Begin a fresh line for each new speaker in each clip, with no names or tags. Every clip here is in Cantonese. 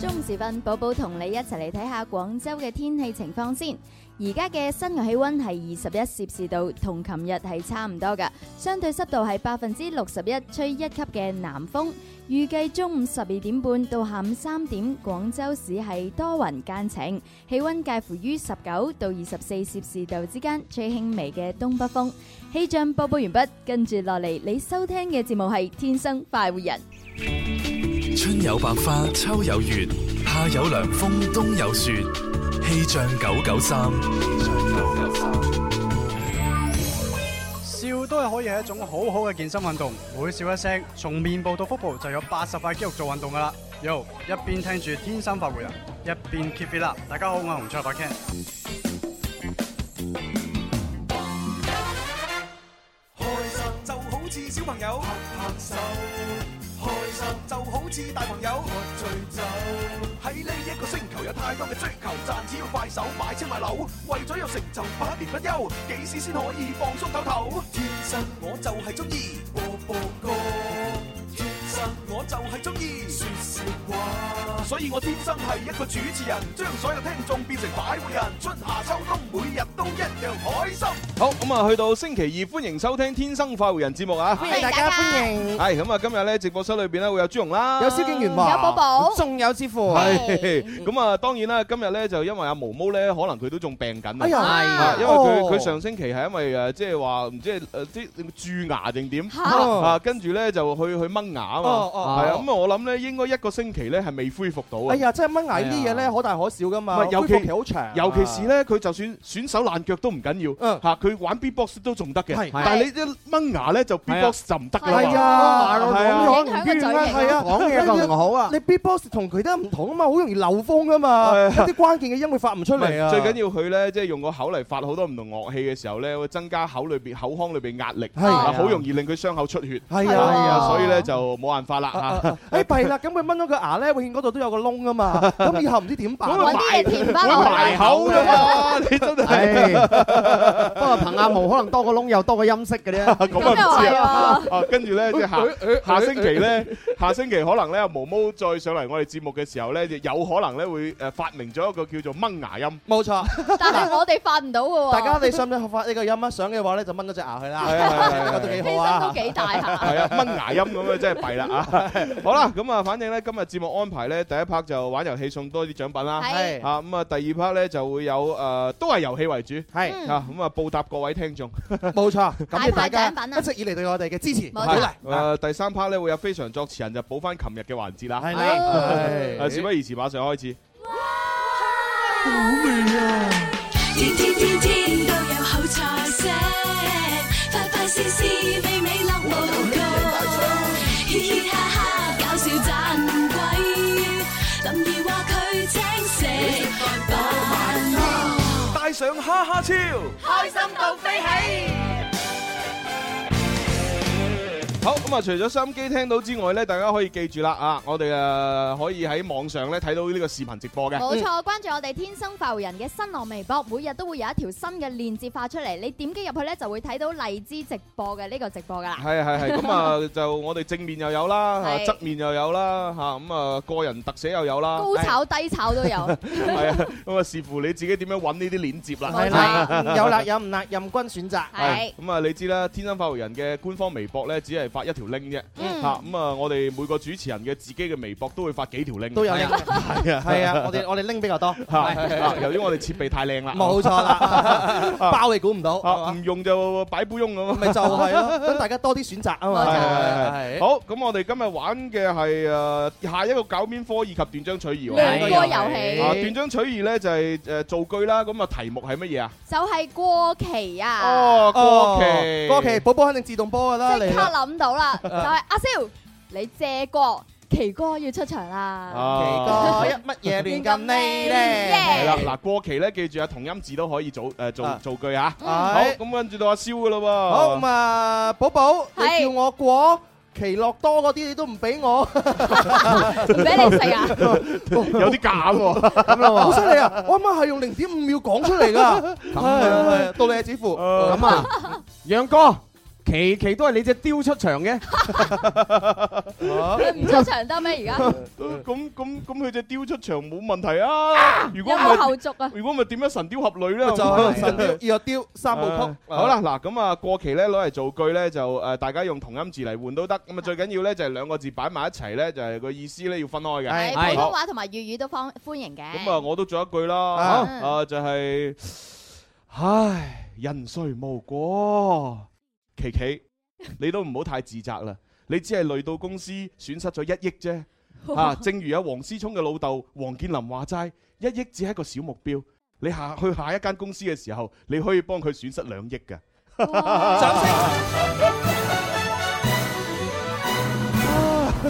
中午時分，寶寶同你一齊嚟睇下廣州嘅天氣情況先。而家嘅室外氣溫係二十一攝氏度，同琴日係差唔多㗎。相對濕度係百分之六十一，吹一級嘅南風。預計中午十二點半到下午三點，廣州市係多雲間晴，氣溫介乎於十九到二十四攝氏度之間，吹輕微嘅東北風。氣象播報完畢，跟住落嚟你收聽嘅節目係《天生快活人》。
春有百花，秋有月，夏有涼風，冬有雪。氣象九九三，
笑都係可以係一種好好嘅健身運動，每笑一聲，從面部到腹部就有八十塊肌肉做運動㗎啦。Yo，一邊聽住天生發回人，一邊 keep it up。大家好，我係洪卓發 Ken。
開心就好似小朋友拍拍手，開心就好似大朋友喝醉酒。喺呢一個星球有太多嘅追求，賺錢要快手，買車買樓，為咗有成就百年不休，幾時先可以放鬆唞唞？天生我就係中意播播歌，天生我就係中意説笑話，所以我天生係一個主持人，將所有聽眾變成快活人，春夏秋冬每日都一樣開心。
好咁啊，去到星期二，歡迎收聽《天生快活人》節目啊！
歡迎大家歡迎
係咁啊，今日咧直播室裏邊啊咧會有朱容啦，
嗯有蕭敬元華，
啊寶
仲有之父，
係 咁啊，當然啦，今日咧就因為阿毛毛咧，可能佢都仲病緊啊
哎呀
啊，因為佢
哦
佢上星期係因為誒，即係話唔知誒啲蛀牙定點
嚇
啊，跟住咧就去去掹牙啊嘛，
哦哦
係啊，咁啊我諗咧應該一個星期咧係未恢復到啊。
哎呀，真係掹牙呢啲嘢
係
咧，可大可小噶嘛，
唔係尤其
恢復期好長，
尤其是咧，佢就算損手爛腳都唔緊要
嗯，
嚇佢玩 B-box 都仲得嘅
係。
但係你一掹牙咧就 B-box 就唔得㗎啦。
係啊，
係啊
講
影響
咗
個
唔
嘴
完啦，
型
係啊，
講嘢就唔好啊
你 B-box 同其他唔同啊嘛，好容易漏風噶嘛，
係
一
啊
啲關鍵嘅音會發唔出
唔係
嚟啊。
最緊要佢咧，即係用個口嚟發好多唔同樂器嘅時候咧，會增加口裏邊口腔裏邊壓力，
係啊
啊好容易令佢傷口出血。
係啊係啊
所以咧就冇辦法啦
啊
嚇。
啊哎弊啦，咁佢掹咗個牙咧，永遠嗰度都有個窿噶嘛，咁以後唔知點辦。
揾啲嘢填翻落
埋
去。
口㗎嘛，你真係
唉不過憑阿毛可能多個窿又多個音色嘅啫。
咁啊唔知
咁又係
啊。
啊
啊，跟住咧即係下下星期咧，下星期可能咧毛毛再上嚟我哋節目嘅時候咧，就有可能咧會誒發明咗一個叫做掹牙音。
冇錯，
但係我哋發唔到嘅喎。
大家你想唔想學發呢個音啊？想嘅話咧，就掹咗隻牙去啦。
係啊係啊係啊
呢個都幾
犧
好
牲都
啊。
幾大下。
係啊，掹牙音咁啊，真係弊啦啊！好啦，咁啊，反正咧今日節目安排咧，第一 part 就玩遊戲送多啲獎品啦。
係
係
啊，咁啊，第二 part 咧就會有誒、呃都係遊戲為主。
係
嗯
啊，咁啊，報答各位聽眾。
冇錯，感謝大
大派獎
家
品啊
一直以嚟對我哋嘅支持鼓
冇錯
勵。
誒、啊第三 part 咧會有非常作詞人就補翻琴日嘅環節啦。啊
係
啦
係
誒，事不宜遲，馬上開始。
天天天天都有好彩色，快快事事美美樂無窮，嘻嘻哈哈搞笑盞鬼，林兒話佢請食飯咯。
帶上哈哈超。
好，咁啊，除咗收音機聽到之外咧，大家可以記住啦啊，我哋誒、呃可以喺網上咧睇到呢個視頻直播嘅。
冇錯，關注我哋天生快活人嘅新浪微博，每日都會有一條新嘅鏈接發出嚟，你點擊入去咧就會睇到荔枝直播嘅呢個直播噶啦。
係係係，咁啊就我哋正面又有啦，嚇
係
側面又有啦，嚇咁啊個人特寫又有啦，
高炒低炒都有，
係啊，咁啊視乎你自己點樣揾呢啲鏈接啦。
冇
係啦，有辣有唔辣，任君選擇。
係
咁啊，你知啦，天生發育人嘅官方微博咧，只係發一條 link 啫。
嗯
嚇咁啊，我哋每個主持人嘅自己嘅微博都會發幾條 link。
都有拎，
係
係啊，係啊，我哋我哋拎比較多，
啊
係
啊由於我哋設備太靚啦，
冇錯啦，包你估唔到，
啊
係嘛
唔用就擺杯翁咁啊。
咪就係咯，等大家多啲選擇啊嘛，
冇錯
係係係好，咁我哋今日玩嘅係誒下一個搞面科以及斷章取義
兩個
喎。
遊戲
啊，斷章取義咧就係誒造句啦，咁啊題目係乜嘢啊？
就係過期啊，
哦，
哦
過期，
過期，寶寶肯定自動波㗎啦，
即
你
刻諗到啦，就係阿蕭，你借過奇哥要出場啦，
啊
多一乜嘢亂咁呢咧？
係啦，嗱過期咧，記住啊，同音字都可以組誒做
啊
造句啊。好，
係
咁跟住到阿蕭噶啦喎。
好咁啊，寶寶，你
係
叫我過奇樂多嗰啲你都唔俾我，
唔俾你食啊！
有啲假喎。
好犀利啊！我啱啱係用零點五秒講出 嚟㗎，係啊係啊，到你啊，子父，
咁啊， 楊哥，期期都係你只雕出場嘅，
佢唔出場得咩？而家
咁咁咁，佢只雕出場冇問題啊。如果
有
唔
冇後
係，
續啊？
如果唔係點樣神雕俠侶咧？
就係神雕要有雕三部曲
啊。好啦，嗱咁啊，過期咧攞嚟造句咧就誒，大家用同音字嚟換都得。咁啊，最緊要咧就係兩個字擺埋一齊咧，就係個意思咧要分開嘅。
係
係普通話同埋粵語都方歡迎嘅。
咁啊，我都做一句啦，
啊
啊就係，唉，人誰無過，琪琪，你都唔好太自責啦，你只係累到公司損失咗一億啫，啊，正如阿黃思聰嘅老豆黃建林話齋，一億只係一個小目標，你下去下一間公司嘅時候，你可以幫佢損失兩億嘅。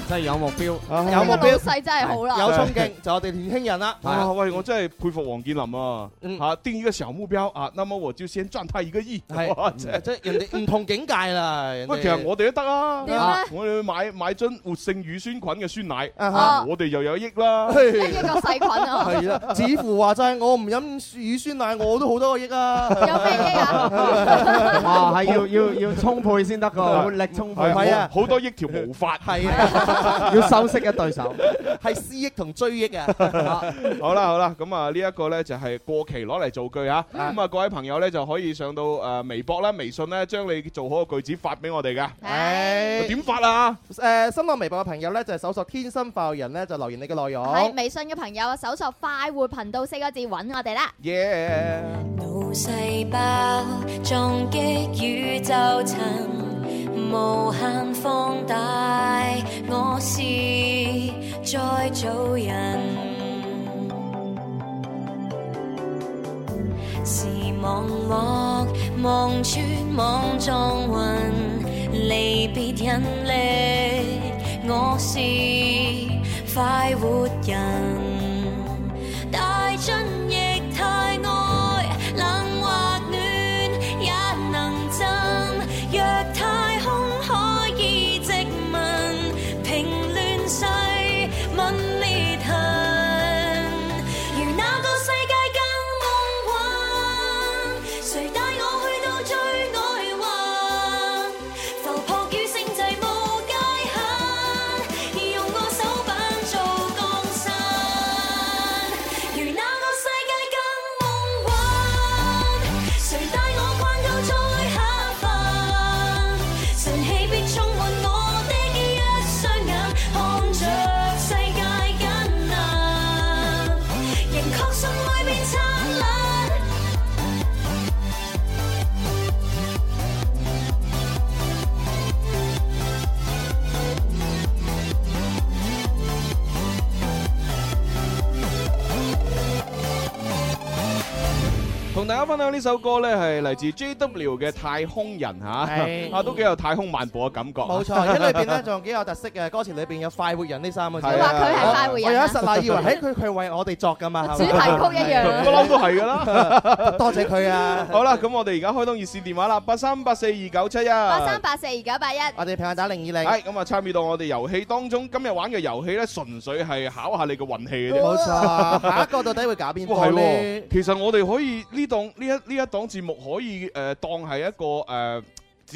真係有目標。
有目
有目
標，老
標
細真係好啦。
有衝勁，就我哋年輕人啦。
啊，喂，我真係佩服黃建林啊！
嗯
啊，定一個小目標啊，那麼我就先賺他一個億。
係
哇真係
即係人哋唔同境界啦。人哋
喂，其實我哋都得啊
點
啊
咧，
我哋買買樽活性乳酸菌嘅酸奶，
啊哈
哦
我哋又有益啦。
一億個細菌啊，
係啦， 子乎話齋，我唔飲乳酸奶，我都好多個億啊。
有咩益啊？
哇，係要要要充沛先得噶，活力充沛，
係係啊
好多益條毛髮。
係啊，
要收息嘅對手。
係思益同追益啊。
好啦好啦，咁啊呢一個呢就係過期攞嚟造句啊。咁啊各位朋友呢就可以上到誒微博啦、微信呢，將你做好嘅句子發俾我哋噶。
唉
點發啊？
誒，新浪微博嘅朋友咧，就係搜索「天生快活人」咧，就留言你嘅內容。
喺微信嘅朋友啊，搜索快活頻道四個字揾我哋啦。
耶！
腦細胞撞擊宇宙層，無限放大。我是再做人，視網膜望穿網狀雲，離別引力。我是快活人。帶進液態愛，冷或暖也能浸。若太空可以殖民，平亂世泯滅恨。如那個世界更夢幻，誰帶我去到最外環？浮泊與星際無界限，用我手板做江山。如那個世界更夢幻，誰帶我關到最下凡？神氣必充滿我的一雙眼，看着世界艱難，仍確信愛變燦爛。
同大家分享呢首歌呢係嚟自 JW 嘅《太空人》
係
嚇， 啊都幾有太空漫步嘅感覺。
冇錯，因為裏邊咧仲有幾有特色嘅歌詞，裏邊有快活人呢三個字。
係
佢
啊
話佢係快活
我有一
人啊，
剎那以為，誒佢佢為我哋作㗎嘛，
主
係
題
咪
曲一
不
樣。
嬲都係㗎啦。
多謝佢啊！
好啦，咁我哋而家開通熱線電話啦，八三八四二九七一。
八三八四二九八一，
我哋朋友打零二零。
係咁啊，參與到我哋遊戲當中，今日玩嘅遊戲呢，純粹係考下你嘅運氣嘅啫。
冇錯，下一個到底會搞邊
哇，
個
係
咧
喎，？其實我哋可以呢檔呢一呢一檔節目可以誒當係一個誒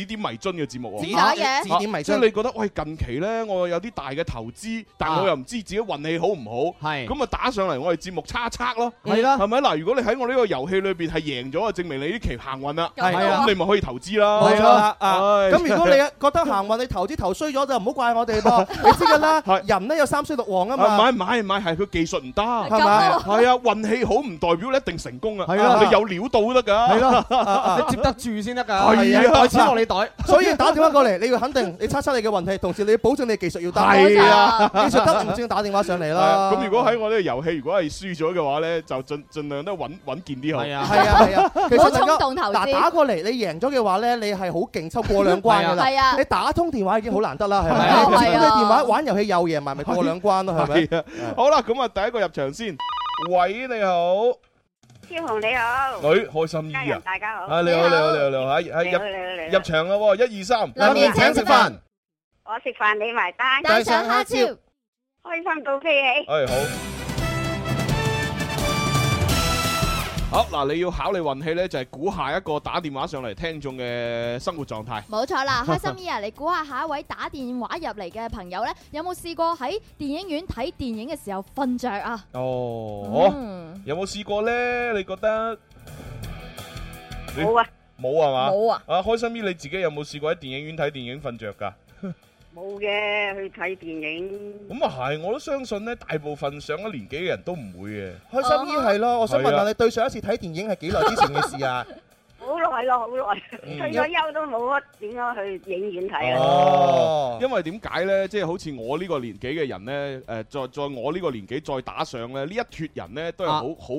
指點迷津嘅節目
指
喎。
點咗嘢
指點迷
即
津
係。你覺得喂近期呢，我有啲大嘅投資，但
啊
我又唔知自己運氣好唔好，
嗯
係
咁啊打上嚟我哋節目測一測咯，嗯
係啦
係咪嗱？如果你喺我呢個遊戲裏邊係贏咗啊，證明你呢期行運啦，
係
啊
咁你咪可以投資啦。
冇錯啦，
係
啊！咁如果你覺得行運，你投資投衰咗就唔好怪我哋噃，你知㗎啦，
係
人咧有三衰六旺啊
啊，
嘛，
買唔買唔買係佢技術唔得，係
係咪？
啊，運氣好唔代表你一定成功啊，
係啊
你有料到都得㗎。
係咯，你接得住先得㗎。
係啊
袋錢落你袋。
所以打電話過嚟，你要肯定，你測測你嘅運氣，同時你要保證你技術要得，
係啊
技術得唔先打電話上嚟
係啊
啦。
咁如果喺我呢個遊戲，如果係輸咗嘅話咧，就盡盡量都穩穩健啲好。
係 啊，
係啊係啊，其
唔好
實
衝
能夠
動投
嗱
資
打。過嚟，你贏咗嘅話咧，你係好勁，抽過兩關㗎啦。
係啊
你打通電話已經好難得啦，係咪？
係啊
接通你
係啊
電話玩遊戲又贏埋，咪過兩關咯，係咪？
係啊，好啦，咁啊，第一個入場先。喂，你好，
超雄你好，
女開心
家
姨啊
人，大
Ờ,
家好，
啊，你好，你好，你好，你好，喺
你好
喺
你好你
入
好
入場啦喎，一二三，
林怡請食飯。
我食饭你埋单，
Dạ.
帶上蝦條，
开心到飞起。
诶，好。好嗱，你要考你運氣呢，就係估下一個打電話上嚟聽眾嘅生活狀態。
冇錯啦，開心姨啊！你估下下一位打電話入嚟嘅朋友呢，有冇試過喺電影院睇電影嘅時候瞓着啊？
哦，
嗯
有冇試過呢？你覺得
冇啊，
冇係嘛？
冇啊！
啊，開心姨你自己有冇試過喺電影院睇電影瞓着㗎？
冇嘅，去睇电影。
咁啊係，我都相信呢，大部分上咗年紀嘅人都唔會嘅。
開心姨係咯，我想問
係
下
啊
你對上一次睇電影係幾耐之前嘅事啊？
好耐咯，好耐，退咗休都冇得點樣去影院
Ờ.
睇啊！
哦，因為點解呢？即係好似我呢個年紀嘅人呢，誒、再再我呢個年紀再打上咧，呢一脱人呢，
啊
都係好好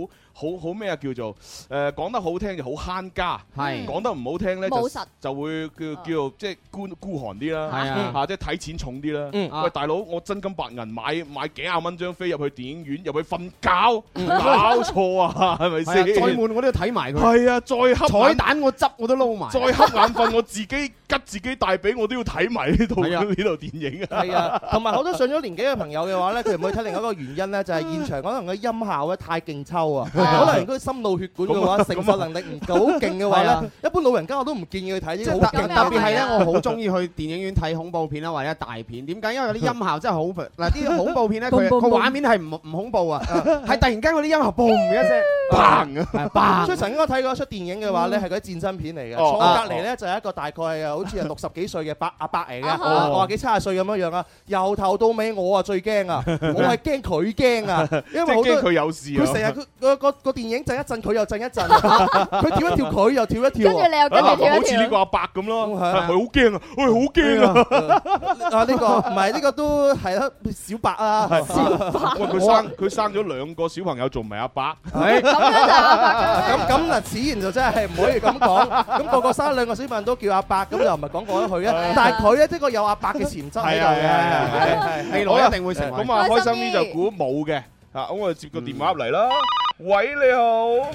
好好咩啊？叫做誒、講得好聽就好慳家，
係
嗯
講得唔好聽呢，
務
就
實
就會叫叫做即係孤孤寒啲啦，
係啊
嚇即係睇錢重啲啦。
嗯
喂，大佬，我真金白銀買買幾廿蚊張飛入去電影院，入去瞓覺，
嗯
搞錯啊，係咪
係啊
先？
再悶我都要睇埋佢。
係啊，再黑
彩
眼
蛋我執我都撈埋。
再黑眼瞓，我自己吉自己大髀，我都要睇埋呢度呢度電影啊！
係啊，同埋好多上咗年紀嘅朋友嘅話咧，佢唔會睇另一個原因咧，就係現場可能個音效咧太勁抽 啊，可
啊
能如果心腦血管嘅話，
咁啊
承受能力唔夠好勁嘅話
係啊
咧，一般老人家我都唔建議佢睇
即
呢啲
係特
好
特
啊
勁啊
別係咧，我好中意去電影院睇恐怖片啦，或者大片。點解？因為嗰啲音 效真係好嗱，啲 恐怖片咧，佢
嘣嘣
個
嘣
畫面係唔唔恐怖啊，係突然間嗰啲音效嘣一聲，係砰
所以曾經我睇過一出電影嘅話咧，係嗰啲戰爭片嚟嘅。
嗯哦
坐我隔離咧就係一個大概係好似係六十幾歲嘅 伯阿伯嚟
啊
嘅，
哈
我話幾七十歲咁樣樣啊。由頭到尾我啊最驚 啊，我係驚佢驚啊，因為好
即係驚
多
佢有事啊
佢成日個個個電影震一震，佢又震一震啊，佢跳一跳，佢又跳一跳啊。
跟住你又跟住跳一跳好似呢個阿伯咁咯，
係
佢
啊
好驚啊，喂，好
嗯
驚啊！
啊呢個唔係呢個都係啦，小白啊，
喂，佢生佢生咗兩個小朋友，仲唔係阿伯？
咁
啊
咁咁嗱，此言就真係唔可以咁講。咁個個生兩個小朋友都叫阿伯，咁又唔係講過咗佢啊。但係佢咧，的確有阿伯嘅潛質喺
啊
度嘅，
係好啦咁啊，開心啲就估冇嘅嚇，咁我就接個電話入嚟啦。喂，你好。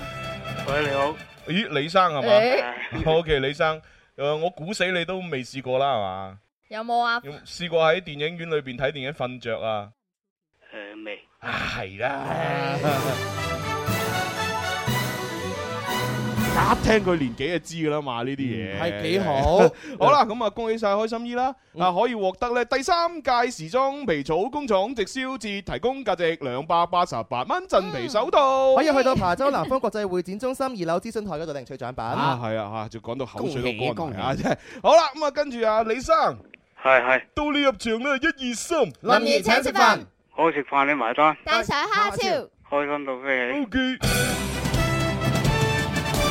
喂，你好。咦，李生係嘛？OK，李 Ờ, 生，誒，我估死你都未試過啦，係嘛？
有冇啊？
有試過喺電影院裏邊睇電影瞓着啊？
诶未？
係啦。一聽佢年紀就知噶啦嘛，呢啲嘢
係幾好。
好啦，咁啊，恭喜晒開心姨啦！啊，可以獲得咧第三屆時裝皮草工廠直銷節提供價值兩百八十八蚊真皮手套，
可以去到琶洲南方國際會展中心二樓資訊台嗰度領取獎
啊，
品。
係啊，嚇，就講到口水
恭喜
都乾埋啊！
恭喜
真係好啦，咁啊，跟住啊，李生
系系，
到你入場啦，一二三，
林怡請食飯，我食饭你埋单，
帶上蝦超，
开心到飞起。
O K。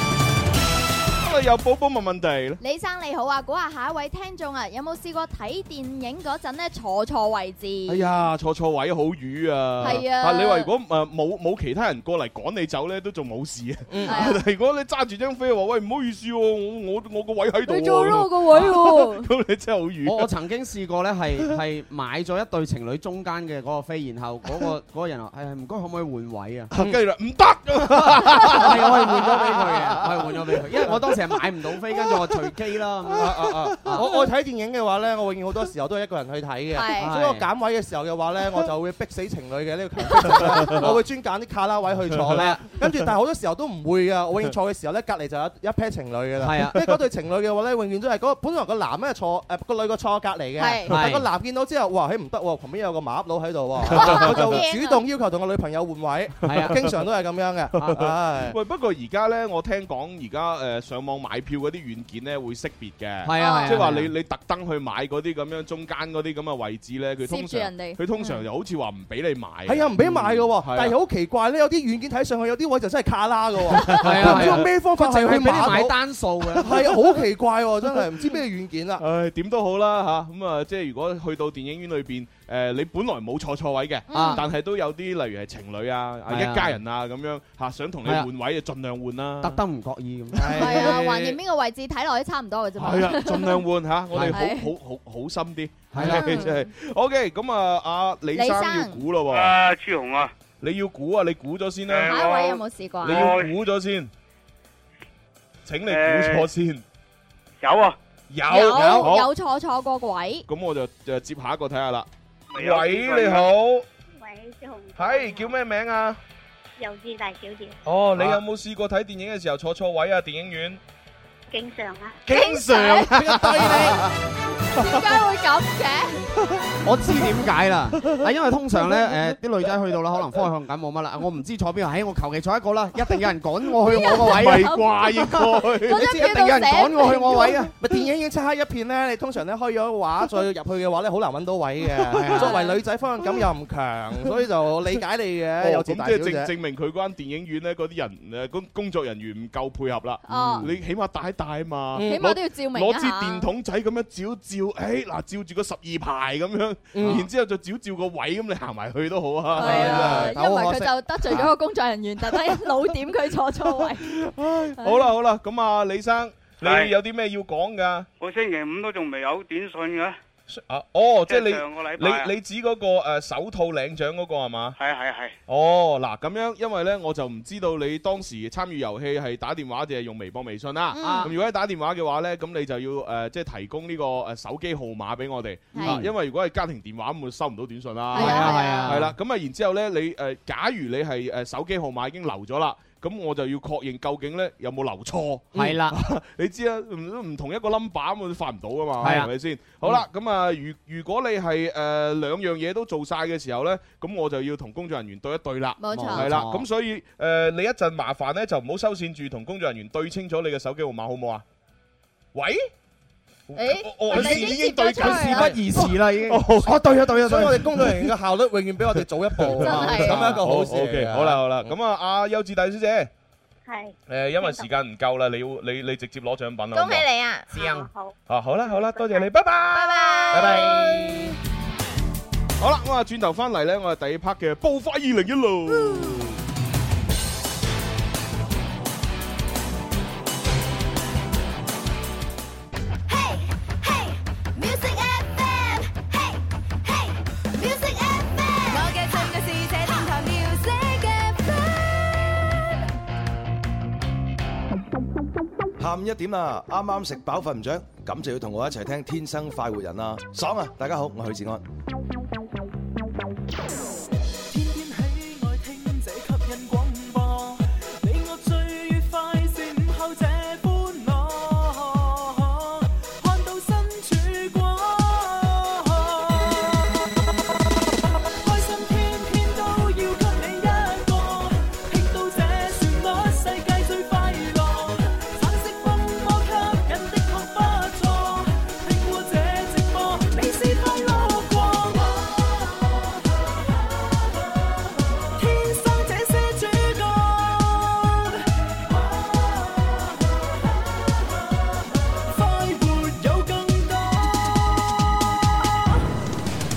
咁啊，有寶寶問問題啦。
李生你好啊！估下下一位聽眾啊，有冇試過睇電影嗰陣呢坐錯位置？
哎呀，坐錯位好瘀啊！
係啊
你話如果誒冇冇其他人過嚟趕你走咧，都仲冇事 啊。如果你揸住張飛話，喂唔好意思喎，我我我個位喺度。
你坐咗我個位喎
咁你真係好瘀。
我我曾經試過咧，係係買咗一對情侶中間嘅嗰個飛，然後嗰個嗰個人話：哎係唔該，可唔可以換位啊？
嗯
跟住啦，唔得，啊
係我係換咗俾佢嘅，我係換咗俾佢，因為我當時係買唔到飛，跟住我隨機啦。咁樣
我我睇電影嘅話咧，我永遠好多時候都係一個人去睇
係
嘅，所以我揀位嘅時候嘅話咧，我就會逼死情侶嘅呢個強 迫症我會專揀啲卡拉位去坐
係
咧
啊。
跟住但係好多時候都唔會噶，我永遠坐嘅時候咧，隔離就有一 pair 情侶噶啦。
係啊
因為嗰對情侶嘅話咧，永遠都係嗰本來個男咧坐誒個女個坐我隔離嘅，
係
但個男見到之後，哇，佢唔得喎，旁邊有個馬佬喺度 喎，我就會主
啊
動要求同個女朋友換位，
係啊
經常都係咁樣 嘅。
啊
唉
喂，不過而家咧，我聽講而家誒上網買票嗰啲軟件咧會識別嘅，
係啊係 啊
即係話
係啊
你你特登去買嗰啲咁樣中間嗰啲咁嘅位置咧，佢通
攝住
常
人哋嗯
佢通
嗯
常就好似話唔俾你買。
係啊，唔俾買嘅
嗯
喎，
啊
但係好奇怪咧，有啲軟件睇上去有啲位就真係卡拉嘅喎，
係
佢
啊
唔知用咩方法
佢淨係
係去
俾你
買
買
到
單數嘅
係啊，好奇怪喎，真係唔知咩軟件啊啦。
唉，點都好啦吓，咁啊，即係如果去到電影院裏邊，誒你本來冇坐錯位嘅
嗯，
但係都有啲例如係情侶啊、啊
係啊
一家人啊咁樣嚇，想同你
係啊
換位就盡量換啦，
特登唔覺意咁。
係啊，橫掂邊個位置睇落都差唔多嘅啫嘛。
係啊，盡量換 嚇，我哋好
係
好好好心啲，
係啊啦
真係 OK。咁啊，阿李生
李生
要估咯喎，
啊朱紅啊，
你要估啊，你估咗先啦，
下一位有冇試過啊？
你要估咗先，請你估錯先，
有啊，
有
有
好
有坐坐過位，
咁我就就接下一個睇下啦。
咪有
喂，你好，
喂，小红，
係叫咩名啊？
幼稚大小姐，
哦，你有冇試過睇電影嘅時候坐錯位啊？電影院
經常啊，
經 常
比較低
點解會咁嘅？
我知點 解啦，啊，因為通常咧，誒啲女仔去到啦，可能方向感冇乜啦，我唔知坐邊，唉，我求其坐一個啦，一定有人趕我去我個 位，
唔係啩應該
你知一定有人趕我去我位啊！
咪電影已經漆黑一片咧，你通常咧開咗畫再入去嘅話咧，好難揾到 位
係
嘅。
啊
作為女仔方向感又唔強，所以就理解你嘅。有
哦，咁
時大
即係
小
證
姐
證明佢嗰間電影院咧，嗰啲人誒工工作人員唔夠配合啦
嗯
哦。
你起碼帶一帶嘛，
嗯起碼都要照明一
攞
下
支電筒仔咁樣照一照，誒嗱照住個十二排咁樣，
嗯
然之後就照照個位咁，你行埋去都好啊。
係啊，
真係
因為佢就得罪咗個工作人員，特登老點佢坐錯 位。
好啦好啦，咁啊李生，你有啲咩要講㗎？
我星期五都仲未有短信嘅，
啊，哦，
即
即
係
係你
上個禮拜啊
你你指嗰個誒手套領獎嗰個係嘛？
係係係，
哦，嗱咁樣，因為呢，我就唔知道你當時參與遊戲係打電話定係用微博、微信啊啦。
嗯
咁如果係打電話嘅話呢，咁你就要誒、呃即係提供呢個誒手機號碼俾我哋。
係
啊，因為如果係家庭電話咁，會收唔到短信啦。
係啊係啊
係啦。咁啊，然之後呢，你誒、呃假如你係誒手機號碼已經留咗啦。咁我就要確認究竟呢有冇留錯？
係啦，
你知啊，唔唔同一個 number 咁發唔到噶嘛，
係啊
係咪先？好啦，咁啊，如如果你係誒呃兩樣嘢都做晒嘅時候呢，咁我就要同工作人員對一對啦。
冇錯
係啦。
嗯冇錯
咁所以誒，你一陣麻煩呢，就唔好收線住，同工作人員對清楚你嘅手機號碼，好唔好啊？喂，
誒，
我
你已經對緊
事不宜遲啦，已經。我對啊對啊，所以我哋工作人員嘅效率永遠比我哋早一 步，咁樣一個好事
Ờ,
嚟嘅。
OK，好啦好啦，咁啊，阿優智大小姐，
係，
誒，因為時間唔夠啦，你要你你直接攞獎品啦。好唔好
恭喜你啊！
好，
啊，好啦好啦，多謝你，拜拜，拜拜，拜拜。好啦，咁啊，轉頭翻嚟咧，我哋第二 part 嘅爆發二零一六。
Music FM，嘿，嘿，Music FM，我嘅最愛是這電台 Music FM。
下午一點啦，啱啱食飽瞓唔着，咁就要同我一齊聽《天生快活人》啦，爽啊！大家好，我係許志安。
天天喜愛聽這吸引廣播，你我最愉快是午後這歡樂，看到新曙光，開心天天都要給你一個，聽到這旋律世界最快樂，橙色風波吸引的確不錯，聽過這直播你是快樂過。天生這些主角，快活有更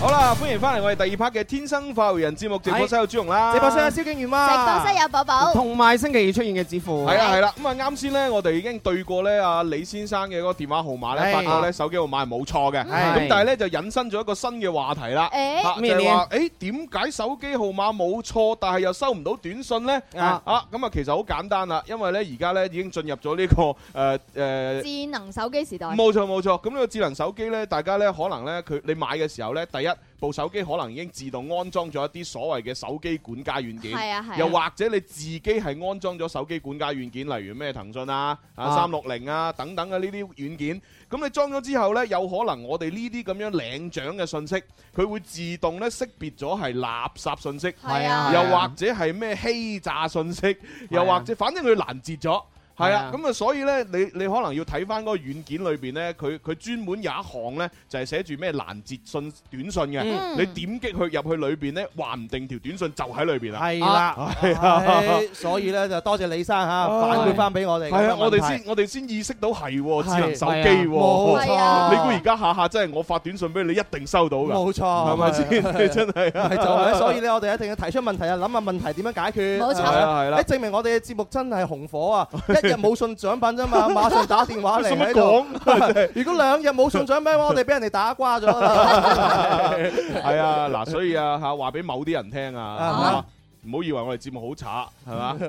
好啦，歡迎翻嚟我哋第二 part 嘅《天生快活人》節目直播室有朱紅啦，
直播室有
蕭敬元
直播室有寶寶，
同埋星期二出現嘅指父，
係啦係啦，咁啊啱先咧，我哋已經對過咧阿李先生嘅嗰個電話號碼咧，
係
發覺咧手機號碼係冇錯嘅，
係
咁但係咧就引申咗一個新嘅話題啦，
誒
啊
嚇就係
咩
話
料
誒點解手機號碼冇錯，但係又收唔到短信咧？啊
啊
咁啊其實好簡單啦，因為咧而家咧已經進入咗呢個誒誒。
智能手機時代，
冇錯冇錯，咁呢個智能手機呢，大家呢可能呢，佢你買嘅時候呢，第一部手機可能已經自動安裝咗一啲所謂嘅手機管家軟件，
係啊係啊
又或者你自己係安裝咗手機管家軟件，例如咩騰訊啊、啊
啊
三六零啊等等嘅呢啲軟件。咁你裝咗之後呢，有可能我哋呢啲咁樣領獎嘅信息，佢會自動呢識別咗係垃圾信息，
係啊
又
係啊
或者係咩欺詐信息，又
係啊
或者反正佢攔截咗。係
係
啊
啊，
咁啊，所以咧，你你可能要睇翻嗰個軟件裏邊咧，佢佢專門有一項咧，就係寫住咩攔截信短信嘅，
嗯
你點擊佢入去裏邊咧，話唔定條短信就喺裏邊啦。
係啦，
嗯
係啊。
係所以咧就多謝李生嚇
唉
反饋翻俾我哋。
係啊，我哋先我哋先意識到係喎智能手
係啊
機
冇
喎，
錯係啊
你估而家下下真係我發短信俾你，你一定收到㗎，
冇錯，
係咪先？ 真係啊，
係就係，所以咧，我哋一定要提出問題啊，諗下問題點樣解決。
冇錯係啦係啦
誒證明我哋嘅節目真係紅火啊！一日冇送獎品啫嘛，馬上打電 話嚟
使乜
喺度
講真係。
如果兩日冇送獎品，我哋俾人哋打瓜咗啦。
係啊，嗱，所以啊嚇，話俾某啲人聽啊。唔好以為我哋節目好差，係嘛？
究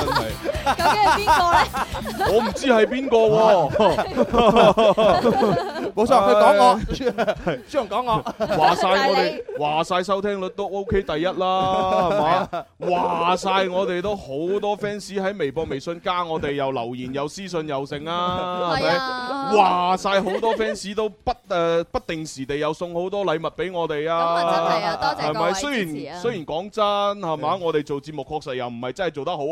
竟係邊個咧？
真係我唔知係邊個喎。
冇錯佢 講我朱紅講我
話晒我哋話晒收聽率都 OK 第一啦， 係嘛？話晒我哋都好多 fans 喺微博、微信加我哋，又留言又私信又剩啊， 係
係啊
嗯
咪？話晒好多 fans 都不誒不定時地又送好多禮物俾我哋啊！
咁啊真係啊多謝各位
雖
支持啊嗯
然
嗯
雖然講真係嘛，我哋做節目確實又唔係真係做得
啊
好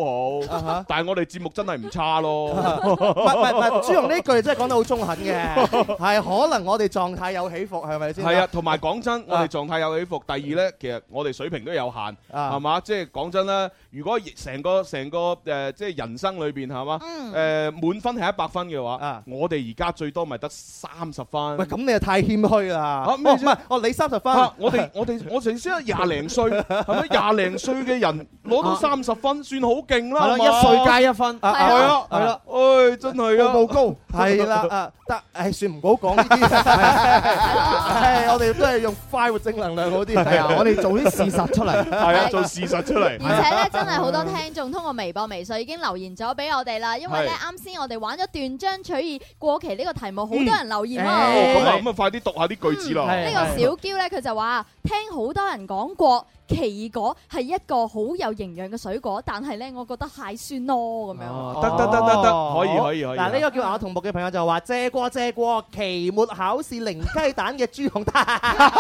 好，但係我哋節目真係唔差咯。
唔係唔係，朱紅呢句真係講得好 中肯嘅，係可能我哋狀態有起伏，係咪先？
係啊，同埋講真，我哋狀態有起伏。第二呢，其實我哋水平都有限，
啊
係嘛？即係講真啦，如果成個成個誒，即係人生裏邊係嘛？誒
嗯
滿分係一百分嘅話，我哋而家最多咪得三十分。
喂，咁你就太謙虛啦。
啊
哦，
咩
唔
啫
係，哦，你三十分
啊，我哋我哋我成先得廿零歲，係咪廿零歲嘅人攞到三十分算好勁啦？
係
係
咯
嘛
一歲加一分
係
係
啊
啊，
係
係
啦
啦，
唉，真係啊，
步步高係啦啊，得，唉，算唔好講呢啲。唉，我哋都係用快活正能量好啲。
係啊我哋做啲事實出嚟
係啊，做事實出嚟。
而且咧， 真係好多聽眾通過微博、微信已經留言咗俾我哋啦。因為咧，啱先我哋玩咗斷章取義過期呢個題目，好多人留言啊。
哦咁啊，咁啊，快啲讀下啲句子啦。
呢個小嬌咧，佢就話聽好多人講過，奇異果係一個好有營養嘅水果，但係咧，我覺得太酸咯咁樣。
得得得得得，可以可以可以。
嗱，呢個叫雅同木嘅朋友就話：借過借過，期末考試零雞蛋嘅朱紅，
啊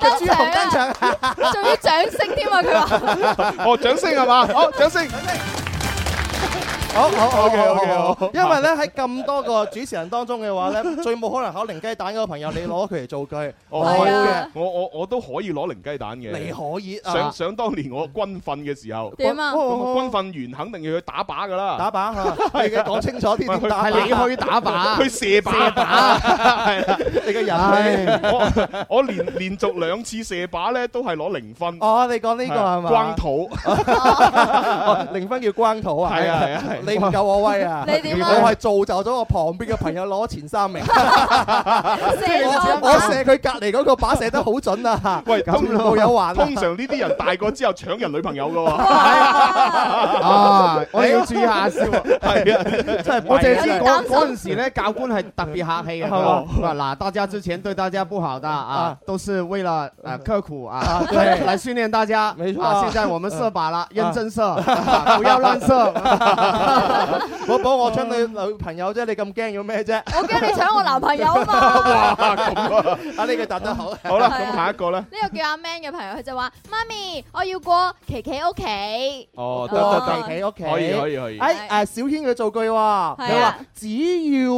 嘅朱紅登場，
啊仲要掌聲添啊！佢話。
哦，掌聲係嘛？好，掌聲。
好好好
OK，
好
OK，
好
好
好，因為咧喺咁多個主持人當中嘅話咧，最冇可能考零雞蛋嗰個朋友，你攞佢嚟做句，
哦，
好嘅。
我我我都可以攞零雞蛋嘅。
你可以啊
想想當年我軍訓嘅時候，
點啊
咁軍訓完肯定要去打靶噶啦。
打靶啊你嘅講清楚啲點打靶
係去射靶。
射
靶
你個人係
我我連連續兩次射靶咧，都係攞零分。啊
哦，你講呢個係嘛？
光土。
哦零分叫關土啊！
係啊係啊係
你唔夠我威啊！
你點啊
我係造就咗我旁邊嘅朋友攞前三 名，
咗
我
啊
我射佢隔離嗰個靶射得好準啊！
喂，
咁
通
冇有還啊
通常呢啲人大個之後搶人女朋友噶喎。
啊我哋要注意下先喎
係啊，
真係
我淨係知
係
嗰
擔心
嗰陣時咧，教官係特別客氣嘅。佢話佢話嗱，大家之前對大家不好的啊
啊，
都是為了呃刻苦啊
啊，對
來訓練大家。
沒錯
啊，現在我們射靶了，
嗯
認 真射，啊不要亂射。
我保我搶你女朋友啫，你咁驚要 咩啫？
我驚你搶我男朋友啊嘛！
哇，咁啊！
啊，呢句答得好。
好啦，
係啊
咁下一個咧。
呢個叫阿 Man 嘅朋友，佢就話：媽咪，我要過琪琪屋企。
哦，得得
過琪
得，
琪屋企，
可以可以可以。
哎誒，小軒佢造句喎，
係啊
佢話只要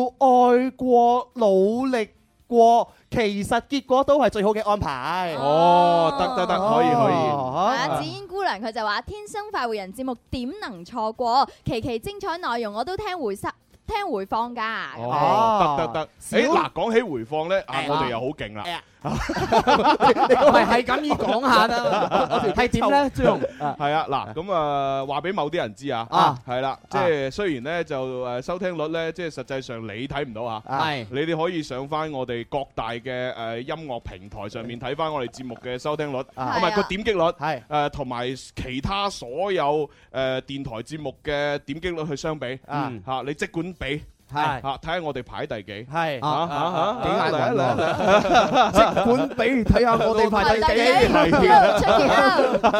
愛過、努力過，其實結果都係最好嘅安排。
哦，得得得，可以
哦
係
可
啊，
以。
紫嫣姑娘佢就話：天生快活人節目點能錯過？琪琪精彩內容我都聽回收。聽回放㗎，啊
哦，得得得。
小
誒嗱，講起回放咧，啊，我哋又好勁啦。
唔係係咁意講下得，係點咧？朱紅
係啊，嗱，咁啊，話俾某啲人知啊
啊，
係啦，即係雖然咧就誒收聽率咧，即係實際上你睇唔到啊，
係
你哋可以上翻我哋各大嘅誒音樂平台上面睇翻我哋節目嘅收聽率，
啊
同埋哦個點擊率，
係
誒同埋其他所有誒電台節目嘅點擊率去相比
啊
嚇，你即管比。
係
嚇，睇下我哋排第幾？
係
嚇嚇嚇，
幾大
嚟啊
運
嚟啊
喎
嚟啊
即管比睇下我哋排第幾
啊
啊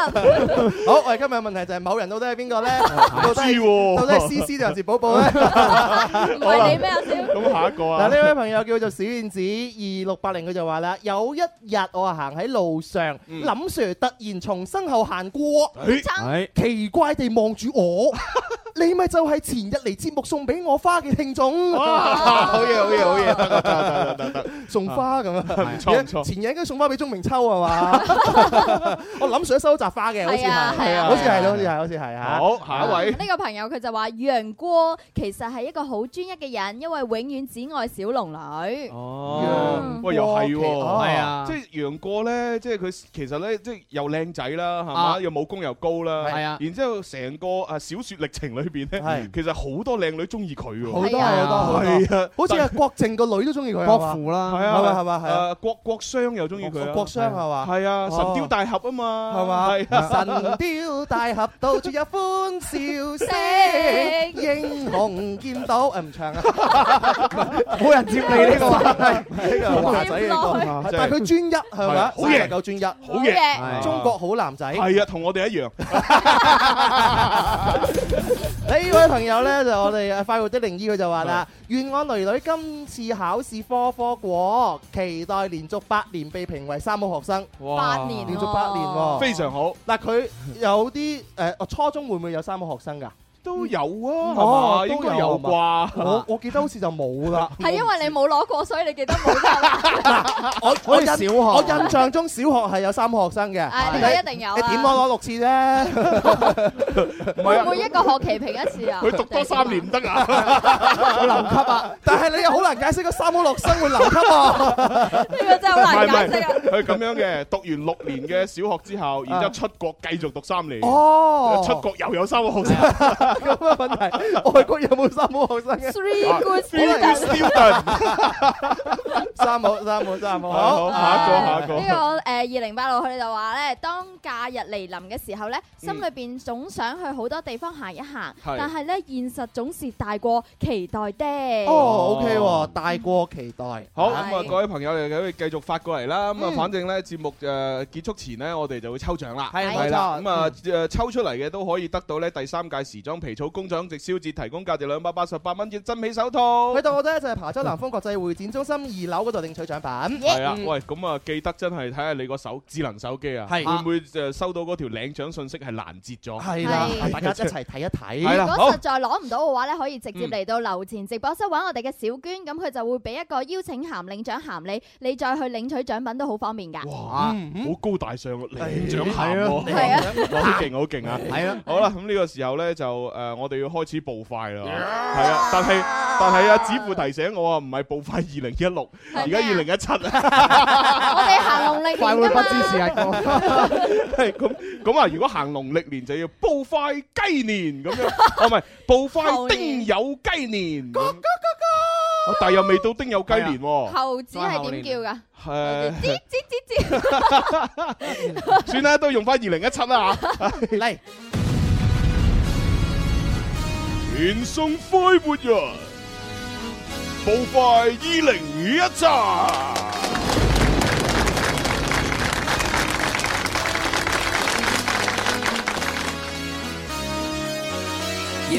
好，我哋今日嘅問題就係某人到底係邊個咧？到底
知喎
係到底係 C C 定還是寶寶咧？
啊
唔係你咩阿小？
咁下一個啊
嗱，呢位朋友叫做小燕子二六八零，佢就話啦：有一日我啊行喺路上，
嗯
林 Sir 突然從身後行過
哎，
奇怪地望住 我，你咪就係前日嚟節目送俾我花嘅聽眾。
哇！好嘢好嘢好嘢，啊得得得得得得，
送花咁啊，
唔錯唔錯
前日應該送花俾鐘明秋係 嘛？ 我諗想收集花嘅，好似
係啊係
係，
啊
好似係，好似係，好似係嚇。
好下一位
呢個朋友佢就話：楊過其實係一個好專一嘅人，因為永遠只愛小龍女。
哦，喂，又係喎，
哦係啊
即係楊過咧，即係佢其實咧，即係又靚仔啦，係嘛，
啊
又武功又高啦，
係啊
然之後成個啊小說歷程裏裏邊咧，其實好多靚女中意佢喎，
好多好多好多
係啊，
好似
但
係郭靖個女都中意佢，
郭芙
啦
係
係
啊，
咪係咪係啊？哦
誒郭郭襄又中意佢啊，
郭襄係嘛？
係啊，
哦
神雕大俠啊嘛，
係嘛
係啊，
神雕大俠到處有歡笑聲，英雄見到誒唔唱啊，冇人接你呢個話題，呢個華仔呢個，但係佢專一係咪？
好嘢
真係夠專一，
好嘢係
中國好男仔。
係啊，同我哋一樣。
呢位朋友咧就我哋誒呃快活的靈醫佢就話啦：願我女女今次考試科科過，期待連續八年被評為三好學生。
哇八年喎
哦連續八年喎，
非常好。
嗱，佢有啲誒，哦初中會唔會有三好學生㗎？
都有啊
哦，
係嘛應該
都
有
係
啩
嘛我我記得好似就冇啦。
係因為你冇攞過，所以你記得冇得 啦。
我我印
小學
我印象中小學係有三個學生嘅，
啊呢個一定有啊
你點我攞六次 啫？
會唔會一個學期評一次啊？
佢讀多三
年唔得啊！
會留級啊！ 但係你又好難解釋個三好學生會留級 啊！
呢個真係好難解釋啊！
佢咁樣嘅，讀完六年嘅小學之後，然之後出國繼續讀三年。
哦
出國又有三個學生。
咁嘅問題，外國有冇三好學生嘅
Three good
可
students
能 三好三好三好，
好下一個下一個
啊呢個誒呃二零八六佢就話咧，當假日嚟臨嘅時候咧，心裏邊總想去好多地方行一行，
係
但係咧現實總是大過期待的。
哦，OK 喎，大過期待。
好咁啊，各位朋友你可以繼續發過嚟啦。咁啊，反正咧節目誒結束前咧，我哋就會抽獎啦。
係冇錯
啦。咁啊誒抽出嚟嘅都可以得到咧第三屆時裝皮草工廠直銷節提供價值兩百八十八蚊嘅真皮手套。
去到我咧就係琶洲南豐國際會展中心二樓嗰度領取獎品。
係啊，
嗯
喂，咁啊，記得真係睇下你個手智能手機啊，會
係
唔會誒收到嗰條領獎信息係攔截咗？
係啦係大家一齊睇一睇係
如
啦
果
好
實在攞唔到嘅話咧，可以直接
嗯
嚟到樓前直播室揾我哋嘅小娟，咁佢就會俾一個邀請函領獎函你，你再去領取獎品都好方便㗎。
哇，好高大上喎，領獎
係
函
啊
喎，
係啊
哇，好勁好勁啊！
係啊
好啦，咁呢個時候咧就誒，我哋要開始步快啦，係啊，但係但係啊，子富提醒我啊，唔係步快二零一六，而家二零一七 啊。
我哋行農曆年㗎嘛，
係咁咁啊！如果行農曆年就要步快雞年咁樣，哦唔係步快丁酉雞年。咁哦但係又未到丁酉雞年喎。
猴子係啊點叫㗎？
誒，
吱吱吱吱。
算啦，都用翻二零一七啦嚇。
嚟，
傳送快活人，步快二零一七。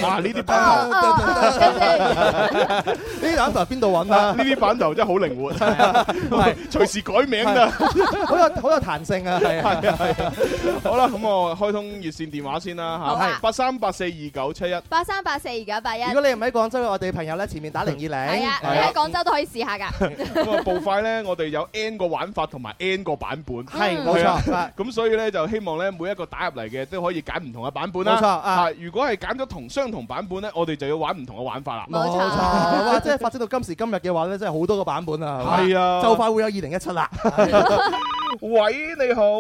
哇！呢啲版頭，
呢啲版頭邊度揾啊？
呢啲版頭真係好靈活，隨時改名啊㗎。
好有好有彈性啊！係啊
係啊係啊，好啦，咁我開通熱線電話先
好
啦
啊
嚇，八三八四二九七一。
八三八四二九八一。
如果你唔喺廣州嘅我哋朋友咧，前面打零二零。
係啊，你喺廣州都可以試下㗎。
咁啊，步快咧，我哋有 N 個玩法同埋 N 個版本，
係冇錯
係啊咁所以咧，就希望咧，每一個打入嚟嘅都可以揀唔同嘅版本啦。
冇錯啊
啊如果係揀咗同相同版本咧，我哋就要玩唔同嘅玩法啦。
冇錯，啊哇！即係發展到今時今日嘅話咧，真係好多個版本啊！係嘛
係啊
就快會有二零一七 啦。
喂，你好。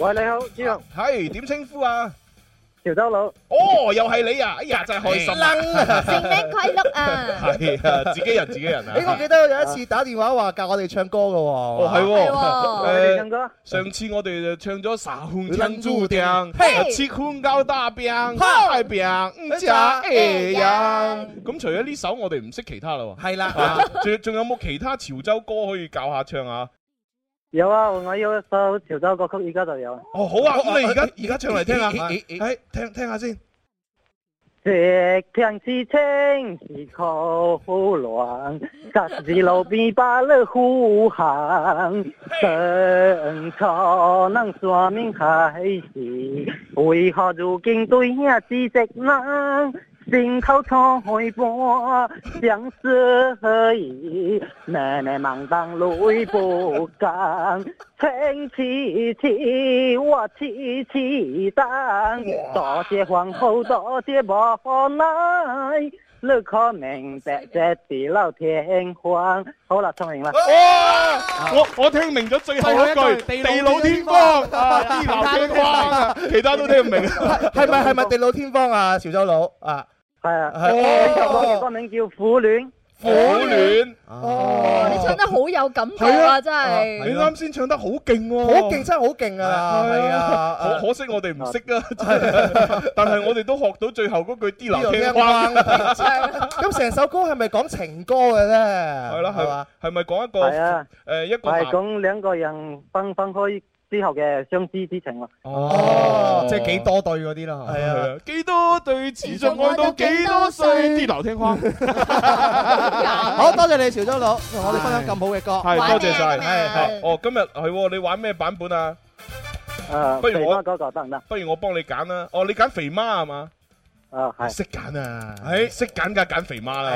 喂，你好，朱雄。係點稱呼啊？潮州佬。哦，又係你啊！哎呀，真係開心啊。
聖
誕快樂啊！
係啊，自己人自己人啊。
哎誒，我記得有一次打電話話教我哋唱歌嘅喎。
哦，係喎，誒
唱歌。
上次我哋就唱咗《撒紅槍珠釘》，
嘿
切空高大兵，快兵
哎
加誒啊哎呀！咁除咗呢首，我哋唔識其他啦喎。
係啦
啊，仲仲有冇其他潮州歌可以教下唱啊下？
有啊，我有一首潮州歌曲，而家就有。
哦，好啊，咁你而家而家唱嚟聽下。
咦咦
係聽聽下先。
夕陽西清，西口暖，嘎西路边巴勒呼喊，生草能说明还是，为何如今对影只直人？心口错开半，相思何以？奶奶茫茫泪不干，情痴痴，我痴痴等。多谢皇后，多谢无奈，路可明白，這地老天荒。好啦，聰明啦。
我我聽明咗哦最後一句，
最後一句
地老天荒，啊地老天荒啊，其他都聽唔明。啊
係咪係咪地老天荒啊？潮州佬啊，
係啊，
係
呢首歌嘅歌名叫《苦戀》。
苦戀。
啊
你
哦
唱得好有感覺啊！真係。
你啱先唱得好勁喎，
好勁真係好勁啊！係啊，
可可惜我哋唔識啊，真 係但係我哋都學到最後嗰句地
呢
老
度
天
聽
荒。
啱咁成首歌係咪講情歌嘅咧？係
係啦，係嘛？係咪講一個
係啊
誒一個
係
男
講兩個人分分開之後嘅相知之情咯。
哦，即係幾多對嗰啲啦。係
啊，幾多對持續愛到幾多歲？地老天荒。
好多謝你潮州佬，同我哋分享咁好嘅歌。
係多謝晒，係哦，今日係喎，你玩咩版本啊？
誒，
不如我
嗰個得唔得？
不如我幫你揀啦。哦，你揀肥媽係嘛？
啊，係
識揀啊！誒，識揀㗎，揀肥媽啦。